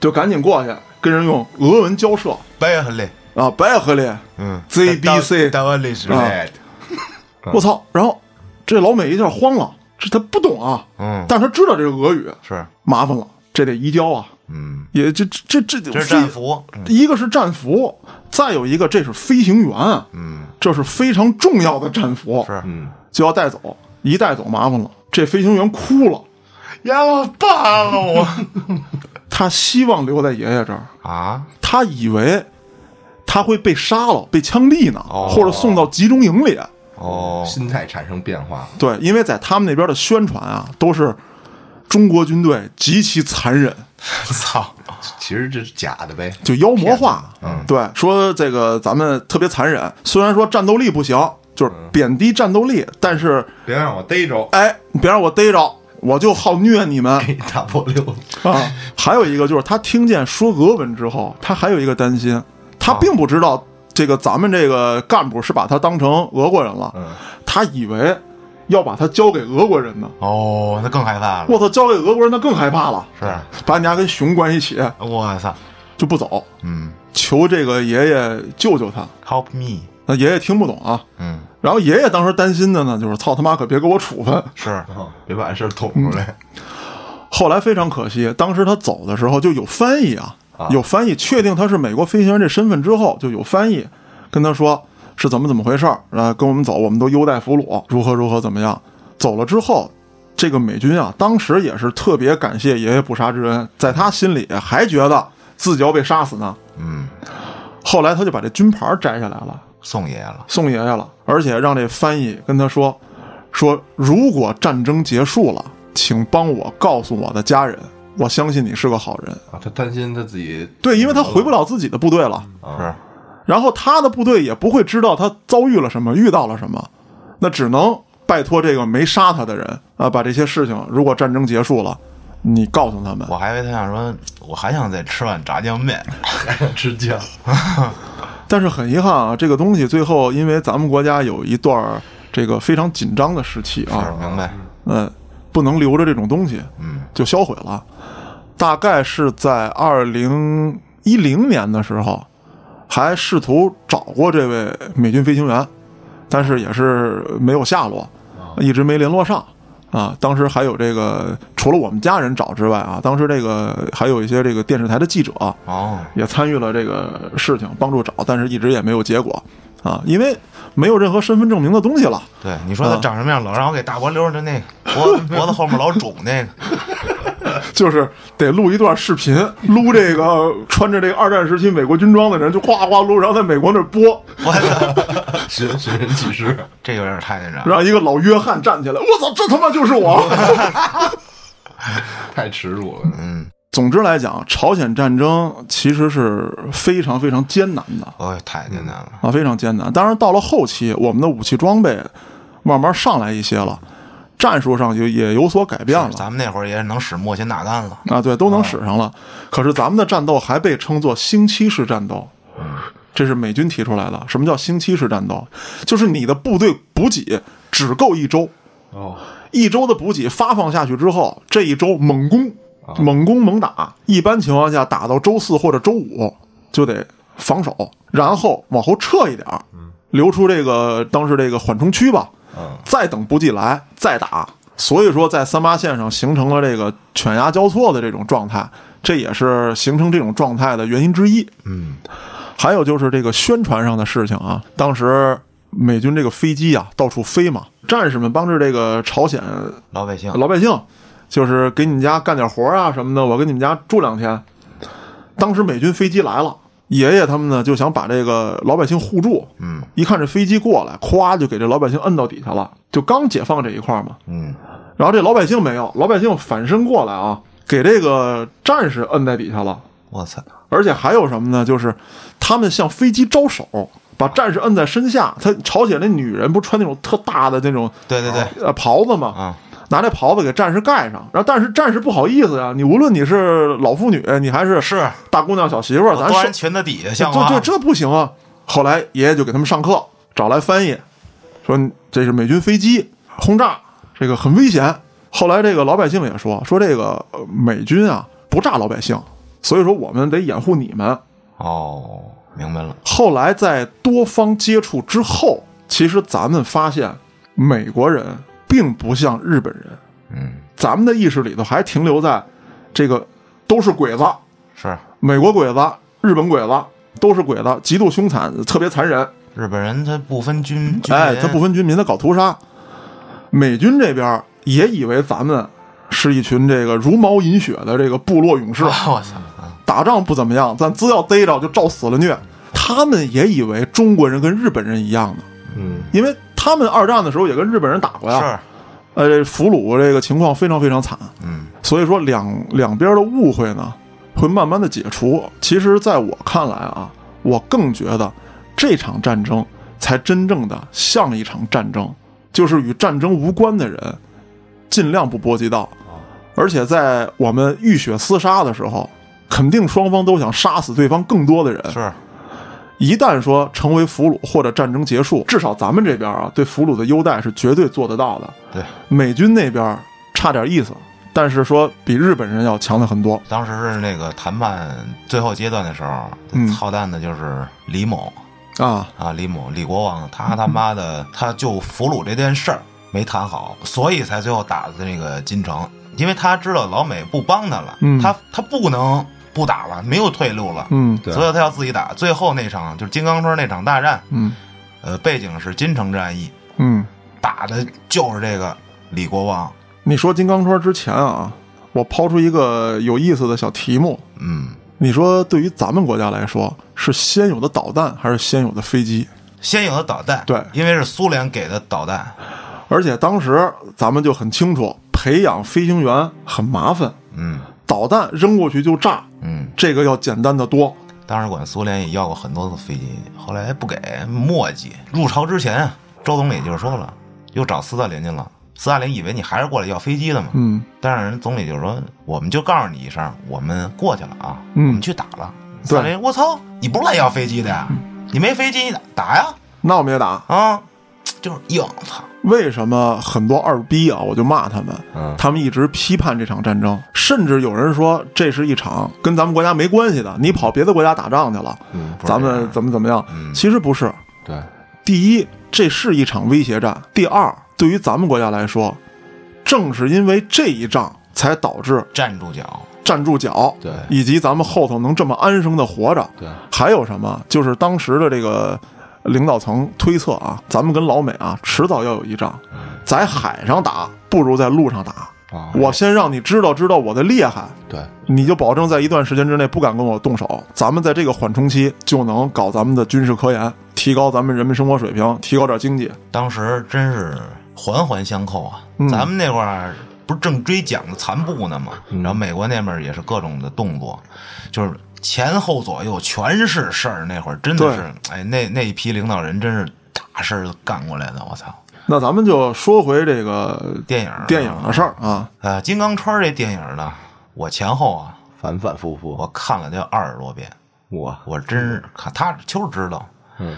[SPEAKER 1] 就赶紧过去跟人用俄文交涉
[SPEAKER 2] 背 很累。
[SPEAKER 1] 啊，白啊合嘞，
[SPEAKER 2] 嗯
[SPEAKER 1] ZBC
[SPEAKER 2] 台湾历史，
[SPEAKER 1] 啊
[SPEAKER 2] 嗯
[SPEAKER 1] 我操！然后这老美一下慌了，这他不懂啊，
[SPEAKER 2] 嗯，
[SPEAKER 1] 但是他知道这是俄语，
[SPEAKER 2] 是，
[SPEAKER 1] 麻烦了，这得移交啊，
[SPEAKER 2] 嗯，
[SPEAKER 1] 也这这这这
[SPEAKER 2] 这是战服，
[SPEAKER 1] 一个是战服，再有一个这是飞行员，嗯，这是非常重要的战服，
[SPEAKER 2] 是
[SPEAKER 4] 嗯，
[SPEAKER 1] 就要带走，一带走麻烦了。这飞行员哭了，
[SPEAKER 2] 呀，我爸了我
[SPEAKER 1] 他希望留在爷爷这儿，
[SPEAKER 2] 啊，
[SPEAKER 1] 他以为他会被杀了、被枪毙呢，或者送到集中营里。
[SPEAKER 2] 哦，
[SPEAKER 4] 心态产生变化了，
[SPEAKER 1] 对，因为在他们那边的宣传啊，都是中国军队极其残忍，
[SPEAKER 2] 操，
[SPEAKER 4] 其实这是假的呗。
[SPEAKER 1] 就妖魔化。嗯，对，说这个咱们特别残忍，虽然说战斗力不行，就是贬低战斗力，但是
[SPEAKER 3] 别让我逮着。
[SPEAKER 1] 哎，你别让我逮着，我就好虐你们
[SPEAKER 4] 给你大波溜，
[SPEAKER 1] 啊！还有一个就是他听见说俄文之后，他还有一个担心，他并不知道这个咱们这个干部是把他当成俄国人了，他以为要把他交给俄国人呢。
[SPEAKER 2] 哦，那更害怕了，
[SPEAKER 1] 我操，交给俄国人那更害怕了，
[SPEAKER 2] 是，
[SPEAKER 1] 把你家跟熊关一起
[SPEAKER 2] 我操，
[SPEAKER 1] 就不走，
[SPEAKER 2] 嗯
[SPEAKER 1] 求这个爷爷救救他。
[SPEAKER 2] ，Help me，
[SPEAKER 1] 那爷爷听不懂啊，
[SPEAKER 2] 嗯，
[SPEAKER 1] 然后爷爷当时担心的呢，就是操他妈可别给我处分。
[SPEAKER 2] 是，
[SPEAKER 4] 别把事儿捅
[SPEAKER 1] 嗯
[SPEAKER 4] 出来。
[SPEAKER 1] 后来非常可惜，当时他走的时候就有翻译啊，有翻译确定他是美国飞行员这身份之后，就有翻译跟他说是怎么怎么回事儿，啊，跟我们走，我们都优待俘虏，如何如何怎么样。走了之后，这个美军啊，当时也是特别感谢爷爷不杀之恩，在他心里还觉得自己要被杀死呢。
[SPEAKER 2] 嗯，
[SPEAKER 1] 后来他就把这军牌摘下来了，
[SPEAKER 2] 送爷了，
[SPEAKER 1] 送爷爷了，而且让这翻译跟他说，说如果战争结束了，请帮我告诉我的家人，我相信你是个好人。
[SPEAKER 4] 啊，他担心他自己
[SPEAKER 1] 对，因为他回不了自己的部队了，
[SPEAKER 2] 是，
[SPEAKER 1] 然后他的部队也不会知道他遭遇了什么，遇到了什么，那只能拜托这个没杀他的人啊，把这些事情，如果战争结束了，你告诉他们。
[SPEAKER 2] 我还以为他想说，我还想再吃碗炸酱面，
[SPEAKER 4] 吃酱，
[SPEAKER 1] 但是很遗憾啊，这个东西最后因为咱们国家有一段儿这个非常紧张的时期啊，
[SPEAKER 2] 是哦明白，
[SPEAKER 1] 嗯，不能留着这种东西，嗯，就销毁了。大概是在二零一零年的时候，还试图找过这位美军飞行员，但是也是没有下落，一直没联络上。啊，当时还有这个，除了我们家人找之外啊，当时这个还有一些这个电视台的记者
[SPEAKER 2] 哦，
[SPEAKER 1] 也参与了这个事情，帮助找，但是一直也没有结果啊，因为没有任何身份证明的东西了。
[SPEAKER 2] 对，你说
[SPEAKER 1] 嗯
[SPEAKER 2] 他长什么样，老让我给大脖溜儿的那个 脖子脖子后面老肿那个，
[SPEAKER 1] 就是得录一段视频，撸这个穿着这个二战时期美国军装的人，就哗哗撸，然后在美国那儿播，
[SPEAKER 2] 我操，
[SPEAKER 4] 寻寻人启事，
[SPEAKER 2] 这有点太那啥了，
[SPEAKER 1] 让一个老约翰站起来，我操，这他妈就是我！
[SPEAKER 4] 太耻辱了。
[SPEAKER 2] 嗯，
[SPEAKER 1] 总之来讲，朝鲜战争其实是非常非常艰难的
[SPEAKER 2] 哦，太艰难了，
[SPEAKER 1] 啊，非常艰难。当然，到了后期，我们的武器装备慢慢上来一些了，战术上就也有所改变了
[SPEAKER 2] 咱们那会儿也能使莫辛纳甘了，
[SPEAKER 1] 啊，对，都能使上了。可是咱们的战斗还被称作星期式战斗。这是美军提出来的。什么叫星期式战斗？就是你的部队补给只够一周，
[SPEAKER 4] 哦，
[SPEAKER 1] 一周的补给发放下去之后，这一周猛攻、猛攻、猛打。一般情况下，打到周四或者周五就得防守，然后往后撤一点儿，留出这个当时这个缓冲区吧。再等补给来再打。所以说，在三八线上形成了这个犬牙交错的这种状态，这也是形成这种状态的原因之一。
[SPEAKER 3] 嗯，
[SPEAKER 1] 还有就是这个宣传上的事情啊，当时美军这个飞机啊到处飞嘛，战士们帮着这个朝鲜
[SPEAKER 2] 老百姓，
[SPEAKER 1] 老百姓，就是给你们家干点活啊什么的，我跟你们家住两天。当时美军飞机来了，爷爷他们呢就想把这个老百姓互助，
[SPEAKER 2] 嗯
[SPEAKER 1] 一看这飞机过来，咵就给这老百姓摁到底下了，就刚解放这一块嘛。
[SPEAKER 2] 嗯，
[SPEAKER 1] 然后这老百姓没有，老百姓反身过来啊，给这个战士摁在底下了。
[SPEAKER 2] 我操，
[SPEAKER 1] 而且还有什么呢？就是他们向飞机招手，把战士摁在身下。他朝鲜那女人不穿那种特大的那种
[SPEAKER 2] 对对对，
[SPEAKER 1] 呃袍子嘛，
[SPEAKER 2] 啊，
[SPEAKER 1] 拿这袍子给战士盖上。然后但是战士不好意思呀、啊你无论你是老妇女，你还是
[SPEAKER 2] 是
[SPEAKER 1] 大姑娘小媳妇儿，
[SPEAKER 2] 我
[SPEAKER 1] 咱
[SPEAKER 2] 端
[SPEAKER 1] 是
[SPEAKER 2] 人裙子底下像
[SPEAKER 1] 这
[SPEAKER 2] 话
[SPEAKER 1] 这，这不行啊！后来爷爷就给他们上课，找来翻译，说这是美军飞机轰炸，这个很危险。后来这个老百姓也说，说这个呃美军啊不炸老百姓，所以说我们得掩护你们。
[SPEAKER 2] 哦，明白了，
[SPEAKER 1] 后来在多方接触之后，其实咱们发现美国人并不像日本人，
[SPEAKER 2] 嗯，
[SPEAKER 1] 咱们的意识里头还停留在这个都是鬼子，
[SPEAKER 2] 是
[SPEAKER 1] 美国鬼子、日本鬼子都是鬼子，极度凶残，特别残忍。
[SPEAKER 2] 日本人他不分军，军
[SPEAKER 1] 哎，
[SPEAKER 2] 人
[SPEAKER 1] 他不分军民，他搞屠杀。美军这边也以为咱们是一群这个茹毛饮血的这个部落勇士，
[SPEAKER 2] 啊 我操，啊
[SPEAKER 1] 打仗不怎么样，但只要逮着就照死了虐。他们也以为中国人跟日本人一样的，
[SPEAKER 4] 嗯，
[SPEAKER 1] 因为他们二战的时候也跟日本人打过呀。
[SPEAKER 2] 是，
[SPEAKER 1] 呃，俘虏这个情况非常非常惨，
[SPEAKER 2] 嗯，
[SPEAKER 1] 所以说两两边的误会呢会慢慢的解除。其实，在我看来啊，我更觉得这场战争才真正的像一场战争，就是与战争无关的人尽量不波及到，
[SPEAKER 2] 啊
[SPEAKER 1] 而且在我们浴血厮杀的时候，肯定双方都想杀死对方更多的人。
[SPEAKER 2] 是，
[SPEAKER 1] 一旦说成为俘虏或者战争结束，至少咱们这边啊对俘虏的优待是绝对做得到的。
[SPEAKER 2] 对，
[SPEAKER 1] 美军那边差点意思，但是说比日本人要强的很多。
[SPEAKER 2] 当时是那个谈判最后阶段的时候
[SPEAKER 1] 嗯，
[SPEAKER 2] 操蛋的就是李某
[SPEAKER 1] 啊，
[SPEAKER 2] 啊，李某李国旺，他他妈的他就俘虏这件事儿没谈好，所以才最后打的那个金城，因为他知道老美不帮他了，
[SPEAKER 1] 嗯
[SPEAKER 2] 他他不能不打了，没有退路了，
[SPEAKER 1] 嗯
[SPEAKER 3] 对
[SPEAKER 2] 所以他要自己打。最后那场就是金刚川那场大战，
[SPEAKER 1] 嗯
[SPEAKER 2] 呃，背景是金城战役，
[SPEAKER 1] 嗯，
[SPEAKER 2] 打的就是这个李国旺，
[SPEAKER 1] 你说金刚川之前啊，我抛出一个有意思的小题目，
[SPEAKER 2] 嗯，
[SPEAKER 1] 你说对于咱们国家来说，是先有的导弹还是先有的飞机？
[SPEAKER 2] 先有的导弹，
[SPEAKER 1] 对
[SPEAKER 2] 因为是苏联给的导弹，
[SPEAKER 1] 而且当时咱们就很清楚，培养飞行员很麻烦，
[SPEAKER 2] 嗯
[SPEAKER 1] 导弹扔过去就炸，
[SPEAKER 2] 嗯，
[SPEAKER 1] 这个要简单的多。
[SPEAKER 2] 当时管苏联也要过很多次飞机，后来不给墨迹。入朝之前啊，周总理就是说了，又找斯大林去了。斯大林以为你还是过来要飞机的嘛，
[SPEAKER 1] 嗯
[SPEAKER 2] 但是人总理就是说，我们就告诉你一声，我们过去了啊，
[SPEAKER 1] 嗯
[SPEAKER 2] 我们去打了。斯大林，我操，你不是来要飞机的
[SPEAKER 1] 嗯
[SPEAKER 2] 呀？你没飞机你打打呀？
[SPEAKER 1] 那我们也打。
[SPEAKER 2] 啊，就是硬，操，
[SPEAKER 1] 为什么很多二逼啊，我就骂他们，
[SPEAKER 3] 嗯
[SPEAKER 1] 他们一直批判这场战争，甚至有人说这是一场跟咱们国家没关系的，你跑别的国家打仗去了，
[SPEAKER 4] 嗯
[SPEAKER 2] 是这
[SPEAKER 1] 咱们
[SPEAKER 2] 样
[SPEAKER 1] 怎么怎么样？
[SPEAKER 2] 嗯
[SPEAKER 1] 其实不是。
[SPEAKER 4] 对，
[SPEAKER 1] 第一，这是一场威胁战；第二，对于咱们国家来说，正是因为这一仗，才导致
[SPEAKER 2] 站住脚，
[SPEAKER 1] 站住脚，
[SPEAKER 4] 对
[SPEAKER 1] 以及咱们后头能这么安生的活着。
[SPEAKER 4] 对，
[SPEAKER 1] 还有什么？就是当时的这个领导层推测啊，咱们跟老美啊，迟早要有一仗，在海上打不如在路上打。
[SPEAKER 2] 哦
[SPEAKER 4] 啊，
[SPEAKER 1] 我先让你知道知道我的厉害，
[SPEAKER 4] 对，
[SPEAKER 1] 你就保证在一段时间之内不敢跟我动手。咱们在这个缓冲期就能搞咱们的军事科研，提高咱们人民生活水平，提高点经济。
[SPEAKER 2] 当时真是环环相扣啊！
[SPEAKER 1] 嗯
[SPEAKER 2] 咱们那块儿不是正追蒋的残部呢吗？
[SPEAKER 1] 嗯
[SPEAKER 2] 然后美国那边也是各种的动作，就是前后左右全是事儿。那会儿真的是，哎，那那一批领导人真是大事儿干过来的，我操！
[SPEAKER 1] 那咱们就说回这个
[SPEAKER 2] 电影儿
[SPEAKER 1] 电影的事儿啊，
[SPEAKER 2] 呃，《金刚川》这电影呢，我前后啊，
[SPEAKER 4] 反反复复，
[SPEAKER 2] 我看了得有二十多遍，
[SPEAKER 4] 我
[SPEAKER 2] 我真是看他就是知道，
[SPEAKER 4] 嗯，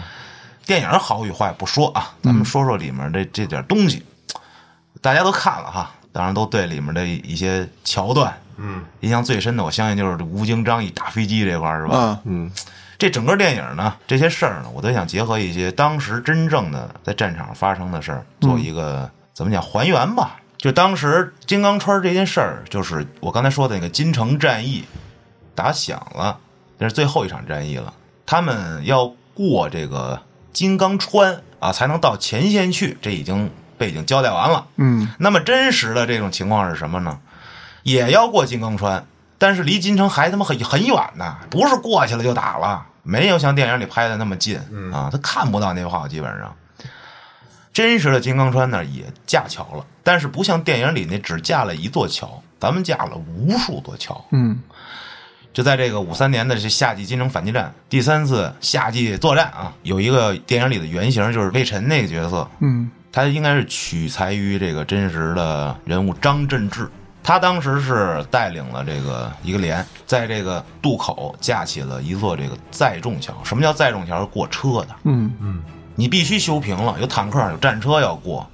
[SPEAKER 2] 电影好与坏不说啊，咱们说说里面这这点东西，大家都看了哈，当然都对里面的一些桥段，嗯，印象最深的，我相信就是这吴京张译打飞机这块儿是吧？
[SPEAKER 1] 啊，
[SPEAKER 4] 嗯
[SPEAKER 2] 这整个电影呢，这些事儿呢，我都想结合一些当时真正的在战场发生的事儿，做一个、怎么讲还原吧。就当时金刚川这件事儿，就是我刚才说的那个金城战役打响了，这是最后一场战役了。他们要过这个金刚川啊，才能到前线去，这已经被已经交代完了。
[SPEAKER 1] 嗯，
[SPEAKER 2] 那么真实的这种情况是什么呢？也要过金刚川，但是离金城还他妈很很远呢，不是过去了就打了，没有像电影里拍的那么近啊，他看不到那炮，基本上。真实的金刚川那儿也架桥了，但是不像电影里那只架了一座桥，咱们架了无数座桥。
[SPEAKER 1] 嗯
[SPEAKER 2] 就在这个五三年的这夏季金城反击战第三次夏季作战啊，有一个电影里的原型就是魏晨那个角色，
[SPEAKER 1] 嗯
[SPEAKER 2] 他应该是取材于这个真实的人物张振志。他当时是带领了这个一个连，在这个渡口架起了一座这个载重桥。什么叫载重桥？是过车的，
[SPEAKER 1] 嗯
[SPEAKER 2] 你必须修平了，有坦克，有战车要过。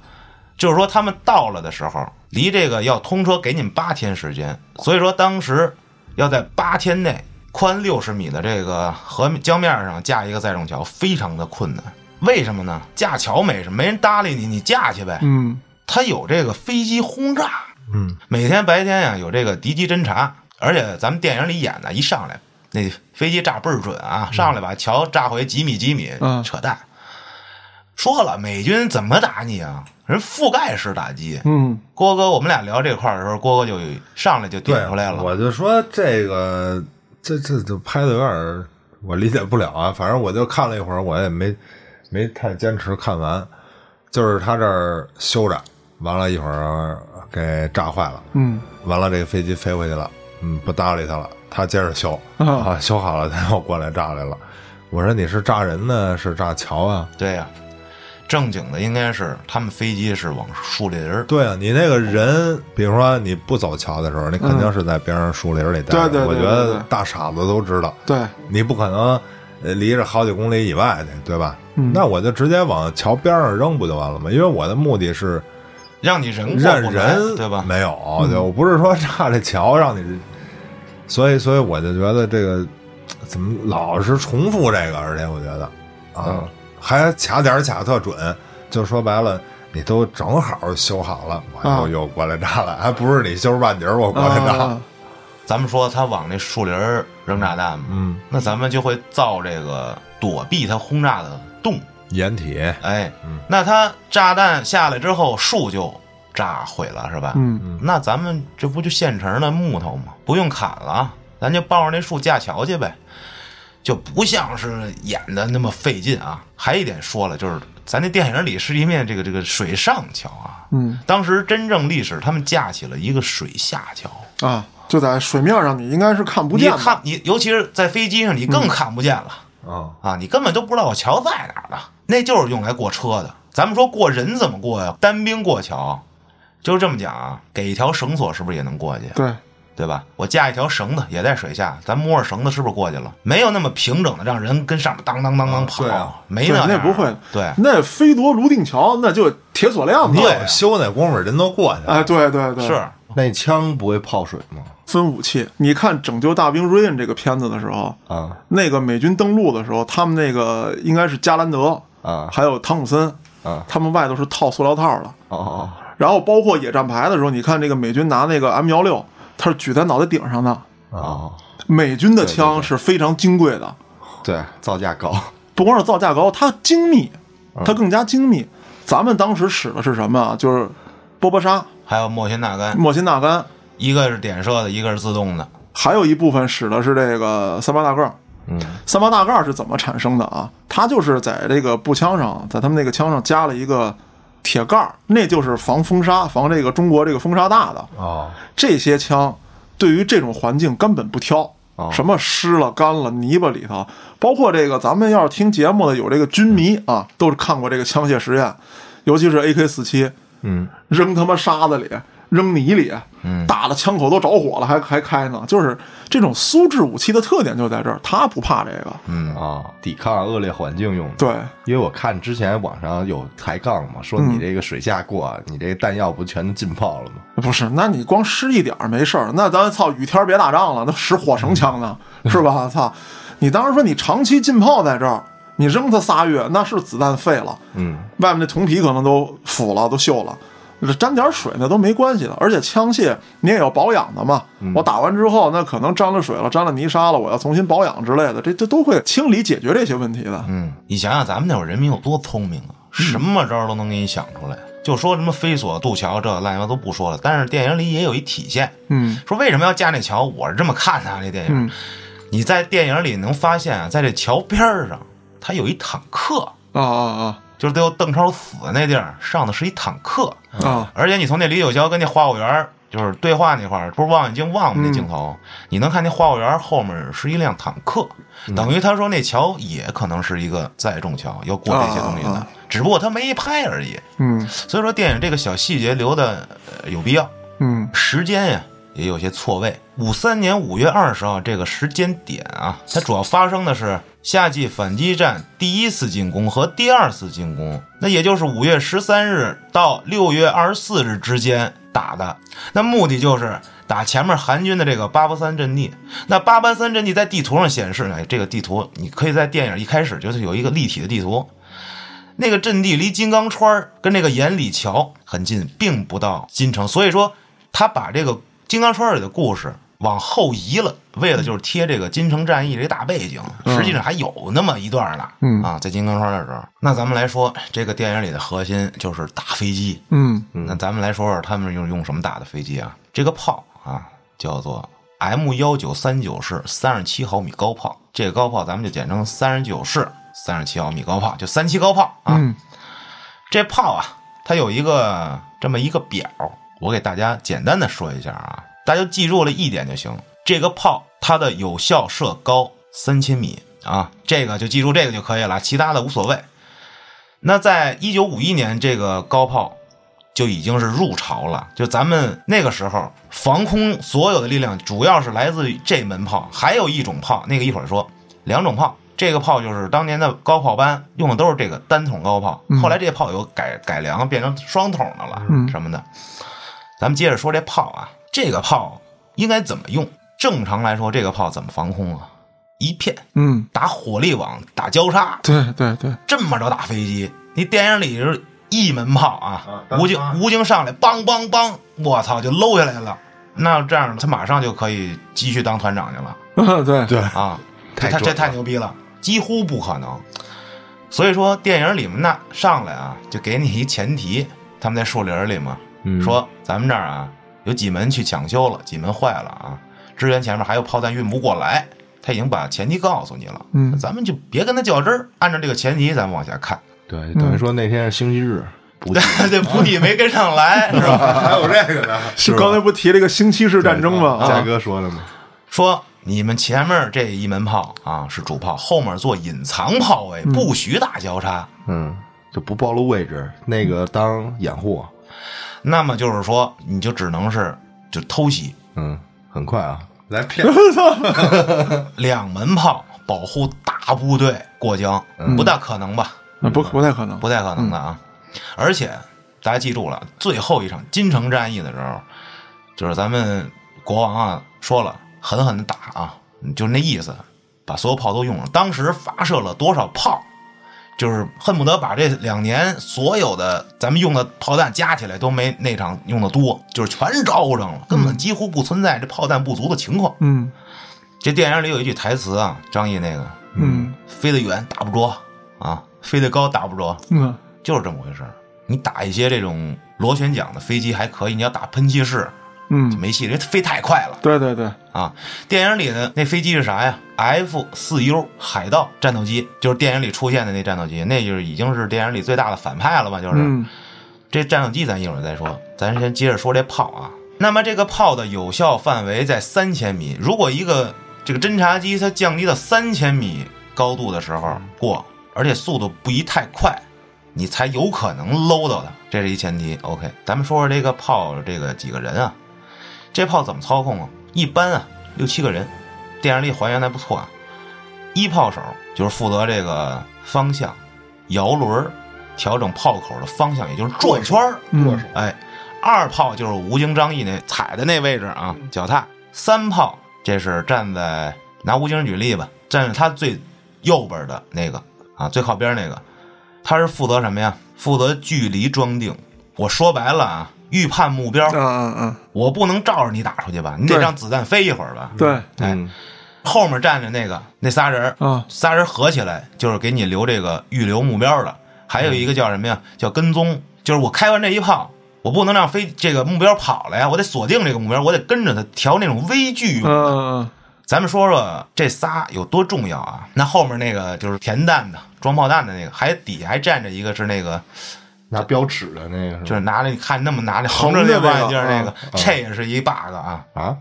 [SPEAKER 2] 就是说，他们到了的时候，离这个要通车给你们八天时间，所以说当时要在八天内宽六十米的这个河江面上架一个载重桥，非常的困难。为什么呢？架桥没什么，没人搭理你，你架去呗。
[SPEAKER 1] 嗯
[SPEAKER 2] 它有这个飞机轰炸，
[SPEAKER 3] 嗯，
[SPEAKER 2] 每天白天呀、有这个敌机侦察，而且咱们电影里演的，一上来那飞机炸倍儿准
[SPEAKER 3] 嗯
[SPEAKER 2] 啊，上来把桥炸回几米几米，
[SPEAKER 1] 嗯
[SPEAKER 2] 扯淡。说了美军怎么打你啊？人覆盖式打击。
[SPEAKER 1] 嗯
[SPEAKER 2] 郭哥，我们俩聊这块儿的时候，郭哥就上来就
[SPEAKER 3] 对啊
[SPEAKER 2] 点出来了。
[SPEAKER 3] 我就说这个，这这这拍的有点儿我理解不了啊。反正我就看了一会儿，我也没没太坚持看完。就是他这儿修着，完了一会儿给炸坏了，
[SPEAKER 1] 嗯
[SPEAKER 3] 完了这个飞机飞回去了，嗯，不搭理他了，他接着修
[SPEAKER 1] 啊
[SPEAKER 3] 啊，修好了他又过来炸来了。我说你是炸人呢，是炸桥啊？
[SPEAKER 2] 对呀、正经的应该是他们飞机是往树林儿
[SPEAKER 3] 对啊，你那个人，比如说你不走桥的时候，你肯定是在边上树林里待着。
[SPEAKER 1] 嗯对对对
[SPEAKER 3] 我觉
[SPEAKER 1] 对
[SPEAKER 3] 得
[SPEAKER 1] 对
[SPEAKER 3] 大傻子都知道。
[SPEAKER 1] 对，
[SPEAKER 3] 你不可能呃离着好几公里以外去，对吧？
[SPEAKER 1] 嗯
[SPEAKER 3] 那我就直接往桥边上扔不就完了吗？因为我的目的是
[SPEAKER 2] 让你人过
[SPEAKER 3] 让
[SPEAKER 2] 不来，
[SPEAKER 3] 人
[SPEAKER 2] 对吧？嗯
[SPEAKER 3] 没有，对我不是说炸这桥让你，所以所以我就觉得这个怎么老是重复这个，而且我觉得啊，
[SPEAKER 2] 嗯
[SPEAKER 3] 还卡点儿卡特准，就说白了。你都正好修好了，我
[SPEAKER 1] 啊
[SPEAKER 2] 嗯
[SPEAKER 3] 又又过来炸了，还不是你修半截儿我过来炸，
[SPEAKER 1] 啊
[SPEAKER 2] 咱们说他往那树林儿扔炸弹嘛，
[SPEAKER 3] 嗯，
[SPEAKER 2] 那咱们就会造这个躲避它轰炸的洞。
[SPEAKER 3] 掩体，
[SPEAKER 2] 哎，
[SPEAKER 3] 嗯
[SPEAKER 2] 那它炸弹下来之后，树就炸毁了，是吧？
[SPEAKER 1] 嗯
[SPEAKER 2] 那咱们这不就现成的木头吗？不用砍了啊，咱就抱着那树架桥去呗，就不像是演的那么费劲啊。还一点说了，就是咱那电影里是一面这个这个水上桥啊，
[SPEAKER 1] 嗯
[SPEAKER 2] 当时真正历史他们架起了一个水下桥。
[SPEAKER 1] 啊，就在水面上，你应该是看不
[SPEAKER 2] 你
[SPEAKER 1] 见的。嗯
[SPEAKER 2] 看，你尤其是在飞机上，你更看不见了、
[SPEAKER 3] 啊，
[SPEAKER 2] 啊！你根本都不知道我桥在哪儿了，那就是用来过车的。咱们说过人怎么过呀？单兵过桥，就是这么讲啊。给一条绳索是不是也能过去？
[SPEAKER 1] 对，
[SPEAKER 2] 对吧？我架一条绳子也在水下，咱摸着绳子是不是过去了？没有那么平整的，让人跟上面当当当当跑，
[SPEAKER 3] 对啊
[SPEAKER 2] 没那样
[SPEAKER 1] 对那不会嗯
[SPEAKER 2] 对，
[SPEAKER 1] 那飞夺泸定桥那就铁锁链子。
[SPEAKER 2] 对啊
[SPEAKER 3] 我修那功夫人都过去了，
[SPEAKER 1] 哎，对对对，
[SPEAKER 2] 是
[SPEAKER 4] 那枪不会泡水吗？
[SPEAKER 1] 分武器。你看《拯救大兵瑞恩》这个片子的时候，
[SPEAKER 4] 啊
[SPEAKER 1] 那个美军登陆的时候，他们那个应该是加兰德
[SPEAKER 4] 啊
[SPEAKER 1] 还有汤姆森，
[SPEAKER 4] 啊！
[SPEAKER 1] 他们外头是套塑料套的。
[SPEAKER 4] 哦哦
[SPEAKER 1] 然后包括野战排的时候，你看这个美军拿那个 M 幺六，它是举在脑袋顶上的。
[SPEAKER 4] 哦，
[SPEAKER 1] 美军的枪是非常金贵的，
[SPEAKER 4] 对，造价高。
[SPEAKER 1] 不光是造价高，它精密，它更加精密。咱们当时使的是什么啊？就是波波沙、
[SPEAKER 2] 还有莫辛纳甘，
[SPEAKER 1] 莫辛纳甘，
[SPEAKER 2] 一个是点射的，一个是自动的。
[SPEAKER 1] 还有一部分使的是这个三八大盖。
[SPEAKER 4] 嗯，
[SPEAKER 1] 三八大盖是怎么产生的啊？它就是在这个步枪上，在他们那个枪上加了一个铁盖儿，那就是防风沙、防这个中国这个风沙大的。
[SPEAKER 3] 哦，
[SPEAKER 1] 这些枪对于这种环境根本不挑，什么湿了、干了、泥巴里头，包括这个咱们要是听节目的有这个军迷啊，都是看过这个枪械实验，尤其是 AK 四七，
[SPEAKER 4] 嗯，
[SPEAKER 1] 扔他妈沙子里，扔泥里，
[SPEAKER 2] 嗯
[SPEAKER 1] 打的枪口都着火了还还开呢，就是这种苏制武器的特点就在这儿，它不怕这个，
[SPEAKER 2] 嗯，
[SPEAKER 4] 啊，抵抗恶劣环境用的。
[SPEAKER 1] 对，
[SPEAKER 4] 因为我看之前网上有抬杠嘛，说
[SPEAKER 1] 嗯
[SPEAKER 4] 你这个水下过，你这个弹药不全都浸泡了吗？
[SPEAKER 1] 不是，那你光湿一点儿没事儿，那咱操雨天儿别打仗了，那使火绳枪呢，是吧？操，你当时说你长期浸泡在这儿，你扔它仨月，那是子弹废了，
[SPEAKER 4] 嗯，
[SPEAKER 1] 外面那铜皮可能都腐了，都锈了。沾点水那都没关系的，而且枪械你也要保养的嘛。我打完之后，那可能沾了水了，沾了泥沙了，我要重新保养之类的，这这都会清理解决这些问题的。
[SPEAKER 2] 嗯，你想想咱们那会儿人民有多聪明啊，什么招儿都能给你想出来。就说什么飞索渡桥这乱七八都不说了，但是电影里也有一体现，
[SPEAKER 1] 嗯
[SPEAKER 2] 说为什么要架那桥？我是这么看的啊，这电影。
[SPEAKER 1] 嗯
[SPEAKER 2] 你在电影里能发现啊，在这桥边儿上，它有一坦克，
[SPEAKER 1] 啊啊
[SPEAKER 2] 就是最后邓超死的那地儿上的是一坦克，
[SPEAKER 1] 啊啊！
[SPEAKER 2] 而且你从那李九霄跟那花果园儿就是对话那块儿，不是望远镜望吗那
[SPEAKER 1] 嗯
[SPEAKER 2] 镜头，你能看见花果园儿后面是一辆坦克，
[SPEAKER 1] 嗯
[SPEAKER 2] 等于他说那桥也可能是一个载重桥，要过这些东西的，
[SPEAKER 1] 啊啊啊
[SPEAKER 2] 只不过他没拍而已。
[SPEAKER 1] 嗯
[SPEAKER 2] 所以说电影这个小细节留的、呃有必要，
[SPEAKER 1] 嗯
[SPEAKER 2] 时间呀也有些错位。五三年五月二十号这个时间点啊，它主要发生的是夏季反击战第一次进攻和第二次进攻，那也就是五月十三日到六月二十四日之间打的。那目的就是打前面韩军的这个八八三阵地。那八八三阵地在地图上显示，哎，这个地图你可以在电影一开始就是有一个立体的地图，那个阵地离金刚川儿跟那个盐里桥很近，并不到金城，所以说他把这个金刚川儿里的故事往后移了，为了就是贴这个金城战役这大背景，实际上还有那么一段呢。
[SPEAKER 1] 嗯
[SPEAKER 2] 啊，在金刚川儿的时候，那咱们来说这个电影里的核心就是打飞机。
[SPEAKER 1] 嗯
[SPEAKER 2] 那咱们来说说他们用用什么打的飞机啊？这个炮啊叫做 M 幺九三九式三十七毫米高炮，这个高炮咱们就简称三十九式三十七毫米高炮，就三七高炮啊。
[SPEAKER 1] 嗯
[SPEAKER 2] 这炮啊，它有一个这么一个表，我给大家简单的说一下啊，大家记住了一点就行。这个炮它的有效射高三千米啊，这个就记住这个就可以了，其他的无所谓。那在一九五一年，这个高炮就已经是入朝了。就咱们那个时候，防空所有的力量主要是来自于这门炮，还有一种炮，那个一会儿说，两种炮。这个炮就是当年的高炮班用的都是这个单筒高炮，后来这炮有改改良，变成双筒的了，什么的。咱们接着说这炮啊，这个炮应该怎么用？正常来说，这个炮怎么防空啊？一片
[SPEAKER 1] 嗯，
[SPEAKER 2] 打火力网，打交叉，
[SPEAKER 1] 对对对，
[SPEAKER 2] 这么着打飞机，你电影里是一门炮啊，
[SPEAKER 3] 啊
[SPEAKER 2] 吴京
[SPEAKER 3] 当然
[SPEAKER 2] 吴京上来，梆梆梆，我操，就搂下来了。那这样他马上就可以继续当团长去了
[SPEAKER 1] 对对，
[SPEAKER 2] 啊！
[SPEAKER 4] 太
[SPEAKER 2] 这
[SPEAKER 4] 准
[SPEAKER 2] 这
[SPEAKER 4] 了
[SPEAKER 2] 太牛逼了，几乎不可能。所以说电影里面那上来啊，就给你一前提，他们在树林里嘛，
[SPEAKER 4] 嗯
[SPEAKER 2] 说咱们这儿啊有几门去抢修了，几门坏了啊，支援前面还有炮弹运不过来，他已经把前提告诉你了，
[SPEAKER 1] 嗯
[SPEAKER 2] 咱们就别跟他较真儿，按照这个前提咱们往下看。
[SPEAKER 4] 对，等于
[SPEAKER 1] 嗯
[SPEAKER 4] 说那天是星期 日，补给
[SPEAKER 2] 对，补给没跟上来， 是吧？
[SPEAKER 3] 还有这个呢，
[SPEAKER 1] 是刚才不提了一个星期式战争吗？
[SPEAKER 4] 嘉
[SPEAKER 1] 啊，
[SPEAKER 4] 哥说的嘛，
[SPEAKER 2] 说你们前面这一门炮啊是主炮，后面做隐藏炮位，不许打交叉。
[SPEAKER 4] 嗯，就不暴露位置，那个当掩护，
[SPEAKER 2] 那么就是说，你就只能是就偷袭
[SPEAKER 4] 嗯，很快 啊，
[SPEAKER 3] 来骗
[SPEAKER 2] 两门炮，保护大部队过江，不大可能吧？
[SPEAKER 1] 啊那不不太可能
[SPEAKER 2] 不。太可能的啊！而且大家记住了，最后一场金城战役的时候，就是咱们国王啊说了，狠狠的打啊，就是那意思，把所有炮都用上。当时发射了多少炮？就是恨不得把这两年所有的咱们用的炮弹加起来都没那场用的多，就是全招上了，根本几乎不存在这炮弹不足的情况。
[SPEAKER 1] 嗯
[SPEAKER 2] 这电影里有一句台词啊，张译那个
[SPEAKER 1] 嗯
[SPEAKER 2] 飞得远打不着啊，飞得高打不着，
[SPEAKER 1] 嗯
[SPEAKER 2] 就是这么回事儿。你打一些这种螺旋桨的飞机还可以，你要打喷气式
[SPEAKER 1] 嗯，
[SPEAKER 2] 没戏，人飞太快了
[SPEAKER 1] 对对对，
[SPEAKER 2] 啊！电影里的那飞机是啥呀？F 四 U 海盗战斗机，就是电影里出现的那战斗机，那就是已经是电影里最大的反派了吧？就是、
[SPEAKER 1] 嗯
[SPEAKER 2] 这战斗机，咱一会儿再说，咱先接着说这炮啊。那么这个炮的有效范围在三千米，如果一个这个侦察机它降低到三千米高度的时候过，而且速度不宜太快，你才有可能搂到它，这是一前提。OK，咱们说说这个炮这个几个人啊，这炮怎么操控啊？一般啊六七个人，电影里还原的还不错啊。一炮手就是负责这个方向、摇轮儿、调整炮口的方向，也就是转圈儿。
[SPEAKER 1] 嗯
[SPEAKER 2] 哎，二炮就是吴京、张译那踩的那位置啊，脚踏。三炮这是站在拿吴京举例吧，站在他最右边的那个啊，最靠边那个，他是负责什么呀？负责距离装定。我说白了啊，预判目标，
[SPEAKER 1] 嗯嗯嗯，
[SPEAKER 2] 我不能照着你打出去吧？你得
[SPEAKER 1] 对
[SPEAKER 2] 让子弹飞一会儿吧？
[SPEAKER 1] 对，
[SPEAKER 2] 哎，后面站着那个那仨人
[SPEAKER 1] 啊
[SPEAKER 2] 仨人合起来就是给你留这个预留目标的，还有一个叫什么呀？叫跟踪，就是我开完这一炮，我不能让飞这个目标跑了呀，我得锁定这个目标，我得跟着他调那种微距。
[SPEAKER 1] 嗯嗯
[SPEAKER 2] 咱们说说这仨有多重要啊？那后面那个就是填弹的、装炮弹的那个，还底下还站着一个是那个，
[SPEAKER 4] 拿标尺的那个
[SPEAKER 2] 就是是
[SPEAKER 4] 吧
[SPEAKER 2] 拿着你看那么拿着横
[SPEAKER 1] 横
[SPEAKER 2] 着
[SPEAKER 1] 着那
[SPEAKER 2] 那
[SPEAKER 1] 个
[SPEAKER 2] 望远镜儿那个
[SPEAKER 1] 啊，
[SPEAKER 2] 这也是一 bug 啊。
[SPEAKER 4] 啊，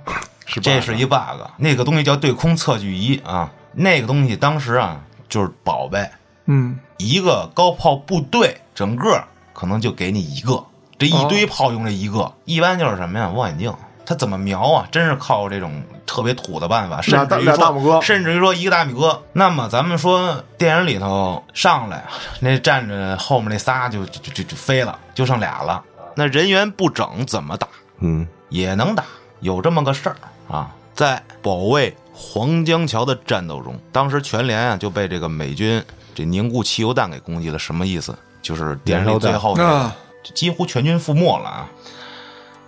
[SPEAKER 4] 是吧
[SPEAKER 2] 这是一
[SPEAKER 1] 嗯
[SPEAKER 2] bug，那个东西叫对空测距仪啊，那个东西当时啊就是宝贝，
[SPEAKER 1] 嗯
[SPEAKER 2] 一个高炮部队整个可能就给你一个，这一堆炮用这一个，一般就是什么呀？望远镜，它怎么瞄啊？真是靠这种特别土的办法，
[SPEAKER 1] 俩
[SPEAKER 2] 甚
[SPEAKER 1] 大
[SPEAKER 2] 至于
[SPEAKER 1] 俩大
[SPEAKER 2] 说，
[SPEAKER 1] 拇哥
[SPEAKER 2] 甚至于说一个大米哥。那么咱们说电影里头上来那站着后面那仨就就就就就飞了，就剩俩了，那人员不整怎么打？
[SPEAKER 4] 嗯
[SPEAKER 2] 也能打，有这么个事儿啊。在保卫黄江桥的战斗中，当时全连啊就被这个美军这凝固汽油弹给攻击了。什么意思？就是电视里最后
[SPEAKER 1] 嗯，
[SPEAKER 2] 的
[SPEAKER 1] 啊，
[SPEAKER 2] 几乎全军覆没了啊！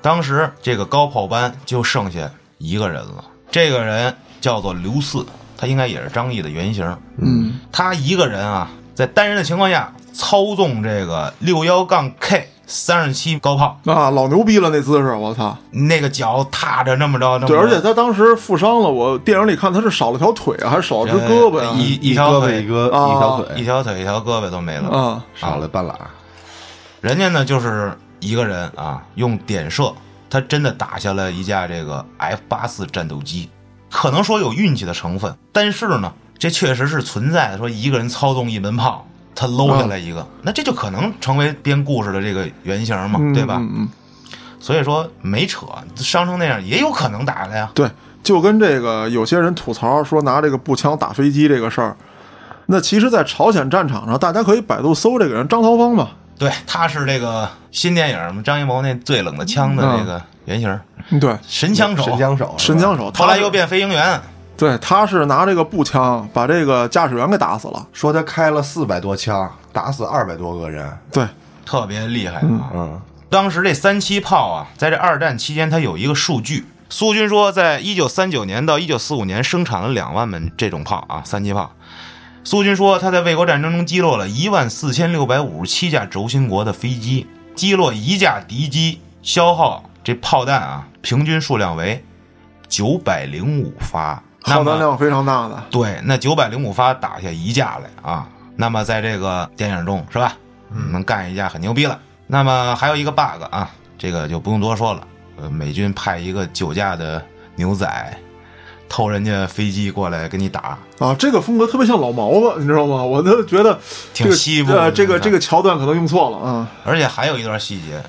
[SPEAKER 2] 当时这个高炮班就剩下一个人了，这个人叫做刘四，他应该也是张毅的原型。
[SPEAKER 1] 嗯
[SPEAKER 2] 他一个人啊，在单人的情况下操纵这个六幺杠 K 三十七高炮，
[SPEAKER 1] 啊，老牛逼了那姿势，我操！
[SPEAKER 2] 那个脚踏着那么着，那么
[SPEAKER 1] 对，
[SPEAKER 2] 着
[SPEAKER 1] 而且他当时负伤了，我电影里看他是少了条腿啊，还是少了只胳膊呀？
[SPEAKER 2] 一一
[SPEAKER 4] 一
[SPEAKER 2] 条
[SPEAKER 4] 胳膊
[SPEAKER 2] 腿哦
[SPEAKER 4] 一个一
[SPEAKER 1] 啊
[SPEAKER 4] 条
[SPEAKER 2] 一
[SPEAKER 4] 腿，
[SPEAKER 2] 条腿一条胳膊都没了。
[SPEAKER 1] 啊，
[SPEAKER 4] 少了半拉，
[SPEAKER 2] 人家呢就是一个人啊，用点射，他真的打下了一架这个 F 八四战斗机，可能说有运气的成分，但是呢，这确实是存在的。说一个人操纵一门炮，他搂下来一个，那这就可能成为编故事的这个原型嘛，
[SPEAKER 1] 嗯
[SPEAKER 2] 对吧？
[SPEAKER 1] 嗯嗯，
[SPEAKER 2] 所以说没扯，伤成那样也有可能打的呀。
[SPEAKER 1] 对，就跟这个有些人吐槽说拿这个步枪打飞机这个事儿，那其实，在朝鲜战场上，大家可以百度搜这个人张桃芳嘛，
[SPEAKER 2] 对，他是这个新电影嘛张艺谋那最冷的枪的这个原型，
[SPEAKER 1] 对，
[SPEAKER 2] 神枪手，
[SPEAKER 4] 神枪手，
[SPEAKER 1] 神枪手，
[SPEAKER 2] 后
[SPEAKER 1] 他
[SPEAKER 2] 来又变飞行员，
[SPEAKER 1] 对，他是拿这个步枪把这个驾驶员给打死了，
[SPEAKER 4] 说他开了四百多枪，打死二百多个人，
[SPEAKER 1] 对，
[SPEAKER 2] 特别厉害啊！
[SPEAKER 4] 嗯，
[SPEAKER 2] 当时这三七炮啊，在这二战期间，它有一个数据，苏军说，在一九三九年到一九四五年生产了两万门这种炮啊，三七炮。苏军说，他在卫国战争中击落了一万四千六百五十七架轴心国的飞机，击落一架敌机，消耗这炮弹啊，平均数量为九百零五发，
[SPEAKER 1] 耗
[SPEAKER 2] 那么
[SPEAKER 1] 弹量非常大的，
[SPEAKER 2] 对，那九百零五发打下一架来啊，那么在这个电影中是吧，能干一架很牛逼了。那么还有一个 bug 啊，这个就不用多说了。呃，美军派一个酒驾的牛仔偷人家飞机过来跟你打，
[SPEAKER 1] 啊，这个风格特别像老毛子，你知道吗？我都觉得
[SPEAKER 2] 挺
[SPEAKER 1] 这个
[SPEAKER 2] 西部
[SPEAKER 1] 呃，
[SPEAKER 2] 的
[SPEAKER 1] 这个
[SPEAKER 2] 那个
[SPEAKER 1] 这个桥段可能用错了啊。
[SPEAKER 2] 而且还有一段细节，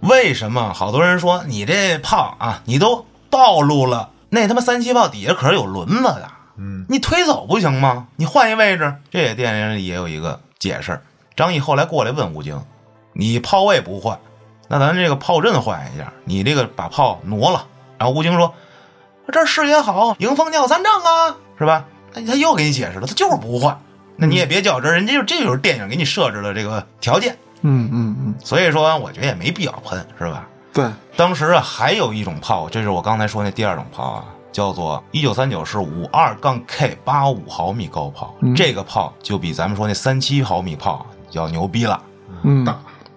[SPEAKER 2] 为什么好多人说你这炮啊，你都暴露了，那他妈三七炮底下可是有轮子的，嗯，你推走不行吗？你换一位置，这也电影里也有一个解释。张毅后来过来问吴京，你炮位不换，那咱这个炮阵换一下，你这个把炮挪了。然后吴京说，这儿视野好，迎风尿三丈啊，是吧？那他又给你解释了，他就是不换。那你也别较真儿，人家就这就是电影给你设置的这个条件，
[SPEAKER 1] 嗯嗯嗯，
[SPEAKER 2] 所以说，我觉得也没必要喷，是吧？
[SPEAKER 1] 对，
[SPEAKER 2] 当时啊，还有一种炮，这是我刚才说那第二种炮啊，叫做一九三九式五二杠 K 八五毫米高炮，
[SPEAKER 1] 嗯
[SPEAKER 2] 这个炮就比咱们说那三七毫米炮要牛逼了。
[SPEAKER 1] 嗯，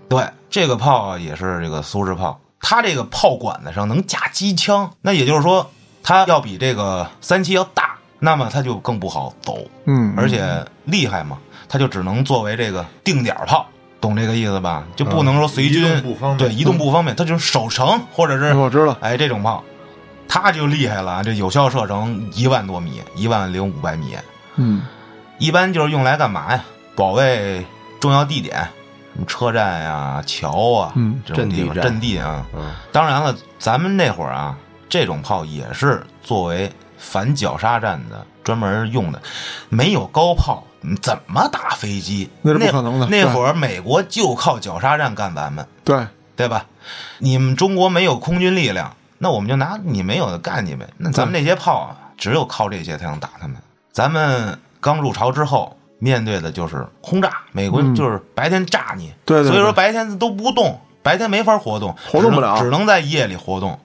[SPEAKER 2] 对，这个炮啊也是这个苏式炮，它这个炮管子上能架机枪，那也就是说，它要比这个三七要大，那么它就更不好走。
[SPEAKER 1] 嗯，
[SPEAKER 2] 而且厉害嘛，它就只能作为这个定点炮，懂这个意思吧？就不能说随军，
[SPEAKER 3] 移动不方便
[SPEAKER 2] 对，移动不方便，它就是守城或者是
[SPEAKER 1] 嗯我知道，
[SPEAKER 2] 哎这种炮，它就厉害了啊！这有效射程一万多米，一万零五百米，
[SPEAKER 1] 嗯
[SPEAKER 2] 一般就是用来干嘛呀？保卫重要地点，什么车站呀、桥啊，
[SPEAKER 1] 嗯
[SPEAKER 2] 这种地方
[SPEAKER 4] 阵地战
[SPEAKER 2] 阵地啊。
[SPEAKER 4] 嗯
[SPEAKER 2] 当然了，咱们那会儿啊，这种炮也是作为反绞杀战的专门用的，没有高炮你怎么打飞机？
[SPEAKER 1] 那是不可能的
[SPEAKER 2] 那
[SPEAKER 1] 对
[SPEAKER 2] 会儿美国就靠绞杀战干咱们，
[SPEAKER 1] 对，
[SPEAKER 2] 对吧？你们中国没有空军力量，那我们就拿你没有的干你们。那咱们那些炮啊，只有靠这些才能打他们。咱们刚入朝之后，面对的就是轰炸，美军就是白天炸你，
[SPEAKER 1] 嗯对对对
[SPEAKER 2] 所以说白天都不动，白天没法活动，
[SPEAKER 1] 活动不
[SPEAKER 2] 只能
[SPEAKER 1] 了
[SPEAKER 2] 只能在夜里活动。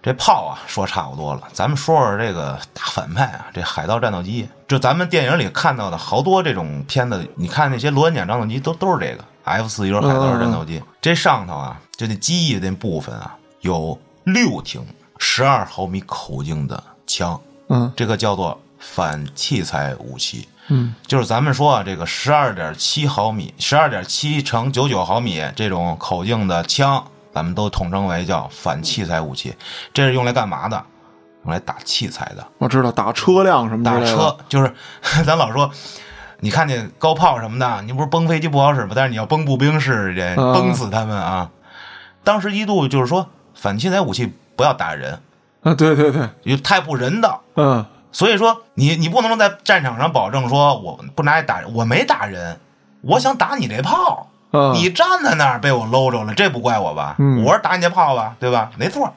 [SPEAKER 2] 这炮啊，说差不多了，咱们说说这个大反派啊，这海盗战斗机，就咱们电影里看到的好多这种片子，你看那些螺旋桨战斗机都都是这个 F 四一海盗战斗机，这上头啊，就那机翼那部分啊，有六挺十二毫米口径的枪，
[SPEAKER 1] 嗯
[SPEAKER 2] 这个叫做反器材武器，
[SPEAKER 1] 嗯，
[SPEAKER 2] 就是咱们说啊，这个十二点七毫米、十二点七乘九九毫米这种口径的枪，咱们都统称为叫反器材武器。这是用来干嘛的？用来打器材的，
[SPEAKER 1] 我知道打车辆什么之
[SPEAKER 2] 打
[SPEAKER 1] 类的
[SPEAKER 2] 车。就是 咱老说，你看见高炮什么的，你不是崩飞机不好使吗？但是你要崩步兵是这
[SPEAKER 1] 嗯
[SPEAKER 2] 崩死他们啊！当时一度就是说，反器材武器不要打人，
[SPEAKER 1] 啊，对对对，
[SPEAKER 2] 因为太不人道。
[SPEAKER 1] 嗯，
[SPEAKER 2] 所以说，你你不能在战场上保证说我不拿打人，我没打人，我想打你这炮，
[SPEAKER 1] 啊，
[SPEAKER 2] 你站在那儿被我搂着了，这不怪我吧？
[SPEAKER 1] 嗯
[SPEAKER 2] 我是打你这炮吧，对吧？没错。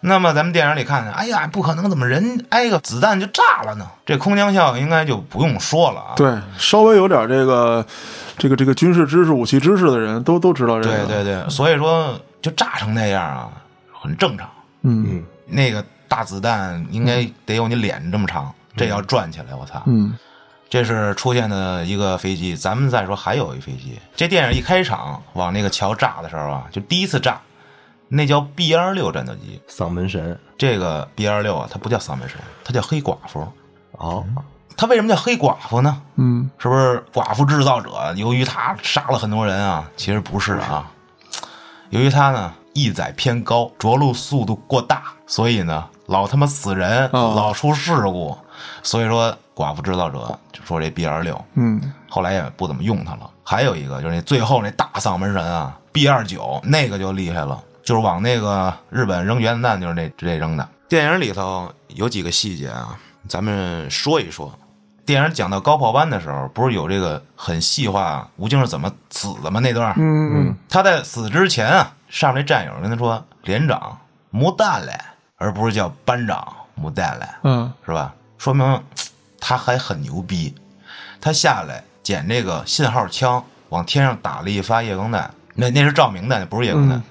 [SPEAKER 2] 那么咱们电影里看见，哎呀，不可能，怎么人挨个子弹就炸了呢？这空降效应应该就不用说了啊。
[SPEAKER 1] 对，稍微有点这个这个这个军事知识、武器知识的人都都知道这个。
[SPEAKER 2] 对对对，所以说就炸成那样啊，很正常。
[SPEAKER 1] 嗯
[SPEAKER 2] 那个大子弹应该得有你脸这么长，这要转起来，我操！
[SPEAKER 1] 嗯
[SPEAKER 2] 这是出现的一个飞机，咱们再说还有一飞机。这电影一开场往那个桥炸的时候啊，就第一次炸，那叫 B 二六战斗机。
[SPEAKER 4] 丧门神
[SPEAKER 2] 这个 B 二六啊，它不叫三门神，它叫黑寡妇。
[SPEAKER 4] 哦，
[SPEAKER 2] 它为什么叫黑寡妇呢？
[SPEAKER 1] 嗯，
[SPEAKER 2] 是不是寡妇制造者？由于他杀了很多人啊，其实不是啊。由于他呢翼载偏高，着陆速度过大，所以呢老他妈死人，
[SPEAKER 1] 哦
[SPEAKER 2] 老出事故。所以说寡妇制造者就说这 B 二六，
[SPEAKER 1] 嗯
[SPEAKER 2] 后来也不怎么用它了。还有一个就是那最后那大丧门神啊，B 二九那个就厉害了，就是往那个日本扔原子弹，就是那这扔的。电影里头有几个细节啊，咱们说一说。电影讲到高炮班的时候，不是有这个很细化吴京是怎么死的吗？那段儿，
[SPEAKER 1] 嗯嗯，
[SPEAKER 2] 他在死之前啊，上面那战友跟他说：“连长没蛋嘞”，而不是叫班长没蛋嘞。
[SPEAKER 1] 嗯
[SPEAKER 2] 是吧？说明嘖他还很牛逼。他下来捡这个信号枪，往天上打了一发夜光弹，那那是照明弹，不是夜光弹。
[SPEAKER 1] 嗯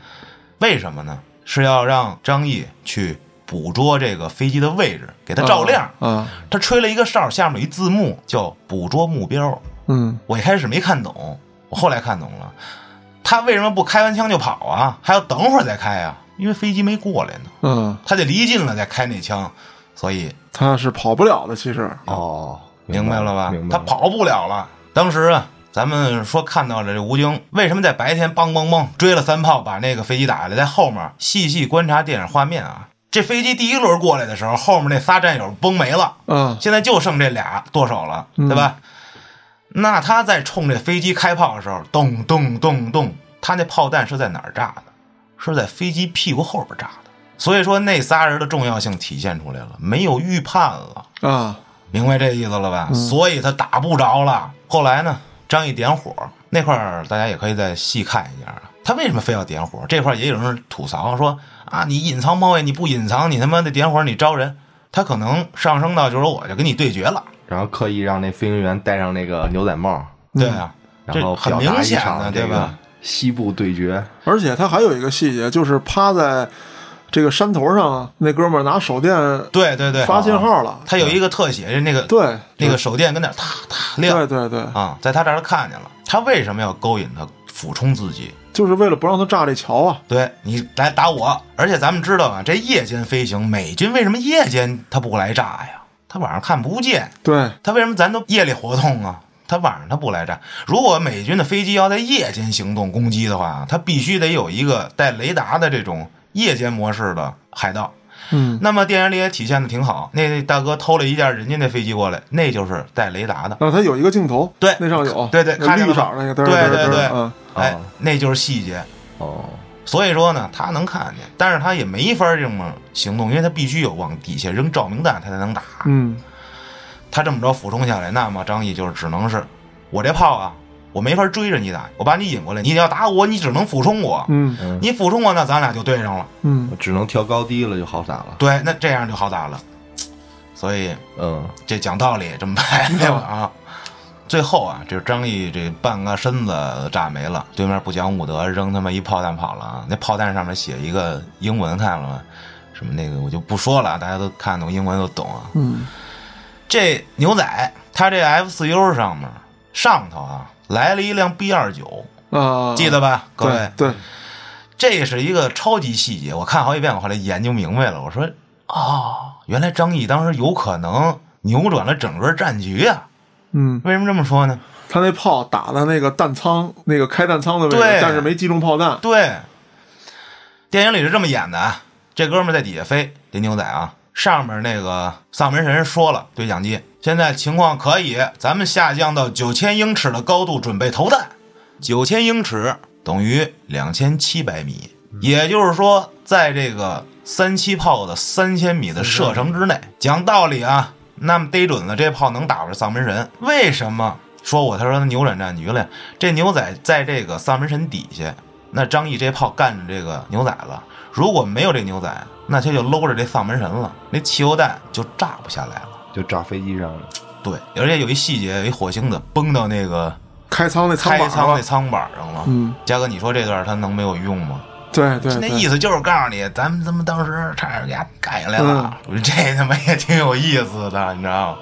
[SPEAKER 2] 为什么呢？是要让张译去捕捉这个飞机的位置，给它照亮。
[SPEAKER 1] 啊，
[SPEAKER 2] 他吹了一个哨，下面有一字幕叫“捕捉目标”。
[SPEAKER 1] 嗯
[SPEAKER 2] 我一开始没看懂，我后来看懂了。他为什么不开完枪就跑啊？还要等会儿再开啊？因为飞机没过来呢，
[SPEAKER 1] 嗯，
[SPEAKER 2] 他得离近了再开那枪，所以
[SPEAKER 1] 他是跑不了的，其实。
[SPEAKER 4] 哦，
[SPEAKER 2] 明白了吧？
[SPEAKER 4] 明白
[SPEAKER 2] 他
[SPEAKER 4] 了
[SPEAKER 2] 跑不了了。当时啊，咱们说看到了这吴京为什么在白天梆梆梆追了三炮，把那个飞机打下来，在后面细细观察电影画面啊，这飞机第一轮过来的时候，后面那仨战友崩没了，
[SPEAKER 1] 啊，
[SPEAKER 2] 现在就剩这俩剁手了，对吧？那他在冲这飞机开炮的时候，咚咚咚咚，他那炮弹是在哪儿炸的？是在飞机屁股后边炸的。所以说那仨人的重要性体现出来了，没有预判了。
[SPEAKER 1] 啊，
[SPEAKER 2] 明白这意思了
[SPEAKER 1] 嗯
[SPEAKER 2] 吧？所以他打不着了。后来呢，张毅点火那块儿，大家也可以再细看一下啊。他为什么非要点火？这块儿也有人吐槽说啊，你隐藏猫位你不隐藏，你他妈的点火你招人。他可能上升到就是说我就跟你对决了，
[SPEAKER 4] 然后刻意让那飞行员戴上那个牛仔帽，
[SPEAKER 1] 嗯
[SPEAKER 2] 对啊，
[SPEAKER 4] 然
[SPEAKER 2] 这
[SPEAKER 4] 后
[SPEAKER 2] 很
[SPEAKER 4] 表达
[SPEAKER 2] 明
[SPEAKER 4] 一
[SPEAKER 2] 显
[SPEAKER 4] 场
[SPEAKER 2] 的，
[SPEAKER 4] 这
[SPEAKER 2] 对吧
[SPEAKER 4] 个？西部对决，
[SPEAKER 1] 而且他还有一个细节，就是趴在这个山头上，那哥们儿拿手电
[SPEAKER 2] 对对啊对，
[SPEAKER 1] 发信号了。
[SPEAKER 2] 他有一个特写，那个
[SPEAKER 1] 对
[SPEAKER 2] 那个手电跟那儿哒哒亮
[SPEAKER 1] 对对对，
[SPEAKER 2] 啊，在他这儿看见了。他为什么要勾引他，俯冲自己？
[SPEAKER 1] 就是为了不让他炸这桥啊。
[SPEAKER 2] 对你来打我，而且咱们知道啊，这夜间飞行，美军为什么夜间他不来炸呀？他晚上看不见，
[SPEAKER 1] 对，
[SPEAKER 2] 他为什么咱都夜里活动啊？他晚上他不来炸。如果美军的飞机要在夜间行动攻击的话，他必须得有一个带雷达的这种夜间模式的海盗。
[SPEAKER 1] 嗯
[SPEAKER 2] 那么电影里也体现的挺好，那那大哥偷了一架人家那飞机过来，那就是带雷达的。
[SPEAKER 1] 然后他有一个镜头，
[SPEAKER 2] 对
[SPEAKER 1] 那上有，
[SPEAKER 2] 对对
[SPEAKER 1] 那
[SPEAKER 2] 看见
[SPEAKER 1] 绿
[SPEAKER 2] 了
[SPEAKER 1] 色
[SPEAKER 2] 吧
[SPEAKER 1] 儿那个，
[SPEAKER 2] 对
[SPEAKER 1] 对
[SPEAKER 2] 对对
[SPEAKER 1] 嗯，
[SPEAKER 2] 哎
[SPEAKER 4] 哦，
[SPEAKER 2] 那就是细节。
[SPEAKER 4] 哦，
[SPEAKER 2] 所以说呢，他能看见，但是他也没法这么行动，因为他必须有往底下扔照明弹，他才能打。
[SPEAKER 1] 嗯
[SPEAKER 2] 他这么着俯冲下来，那么张毅就是只能是，我这炮啊，我没法追着你打，我把你引过来，你要打我，你只能俯冲我，
[SPEAKER 1] 嗯
[SPEAKER 2] 你俯冲我，那咱俩就对上了。
[SPEAKER 1] 嗯
[SPEAKER 4] 只能调高低了就好打了。
[SPEAKER 2] 对，那这样就好打了。所以
[SPEAKER 4] 嗯，
[SPEAKER 2] 这讲道理这么拍
[SPEAKER 1] 嗯
[SPEAKER 2] 对吧 啊。最后啊，这张毅这半个身子炸没了，对面不讲武德，扔他妈一炮弹跑了啊！那炮弹上面写一个英文，看了吗？什么那个我就不说了，大家都看懂英文都懂啊。
[SPEAKER 1] 嗯，
[SPEAKER 2] 这牛仔他这 F 四 U 上面上头啊来了一辆 B 二九，
[SPEAKER 1] 啊，
[SPEAKER 2] 记得吧，各位
[SPEAKER 1] 对？对，
[SPEAKER 2] 这是一个超级细节，我看好几遍，我后来研究明白了。我说哦，原来张毅当时有可能扭转了整个战局啊！
[SPEAKER 1] 嗯，
[SPEAKER 2] 为什么这么说呢？
[SPEAKER 1] 他那炮打在那个弹仓那个开弹仓的位置
[SPEAKER 2] 对，
[SPEAKER 1] 但是没击中炮弹。
[SPEAKER 2] 对，电影里是这么演的啊。这哥们儿在底下飞，这牛仔啊，上面那个萨门神说了，对讲机，现在情况可以，咱们下降到九千英尺的高度，准备投弹。九千英尺等于两千七百米，也就是说，在这个三七炮的三千米的射程之内。讲道理啊，那么逮准了这炮能打着萨门神，为什么？说我他说他扭转战局了呀，这牛仔在这个萨门神底下，那张毅这炮干着这个牛仔了。如果没有这牛仔，那他就搂着这萨门神了，那汽油弹就炸不下来了。
[SPEAKER 4] 就炸飞机上了。
[SPEAKER 2] 对，而且有一细节，有一火星子崩到那个
[SPEAKER 1] 开仓那仓
[SPEAKER 2] 开
[SPEAKER 1] 板
[SPEAKER 2] 仓那
[SPEAKER 1] 了，
[SPEAKER 2] 舱板上了。
[SPEAKER 1] 嗯，
[SPEAKER 2] 嘉哥，你说这段他能没有用吗？
[SPEAKER 1] 对对，对
[SPEAKER 2] 那意思就是告诉你，咱们他妈当时差点给他改下来了。
[SPEAKER 1] 嗯
[SPEAKER 2] 我说这他妈也挺有意思的，你知道吗？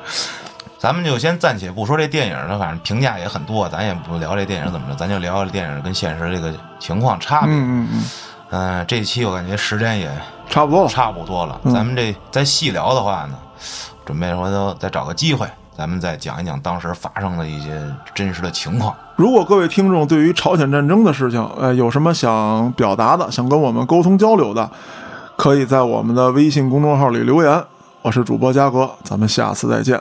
[SPEAKER 2] 咱们就先暂且不说这电影的，反正评价也很多，咱也不聊这电影怎么着，咱就聊聊电影跟现实这个情况差别。嗯、
[SPEAKER 1] 嗯嗯嗯，
[SPEAKER 2] 这期我感觉时间也
[SPEAKER 1] 差不多了。
[SPEAKER 2] 差不多
[SPEAKER 1] 嗯
[SPEAKER 2] 了，咱们这再细聊的话呢，准备回头再找个机会，咱们再讲一讲当时发生的一些真实的情况。
[SPEAKER 1] 如果各位听众对于朝鲜战争的事情，呃，有什么想表达的，想跟我们沟通交流的，可以在我们的微信公众号里留言。我是主播嘉哥，咱们下次再见，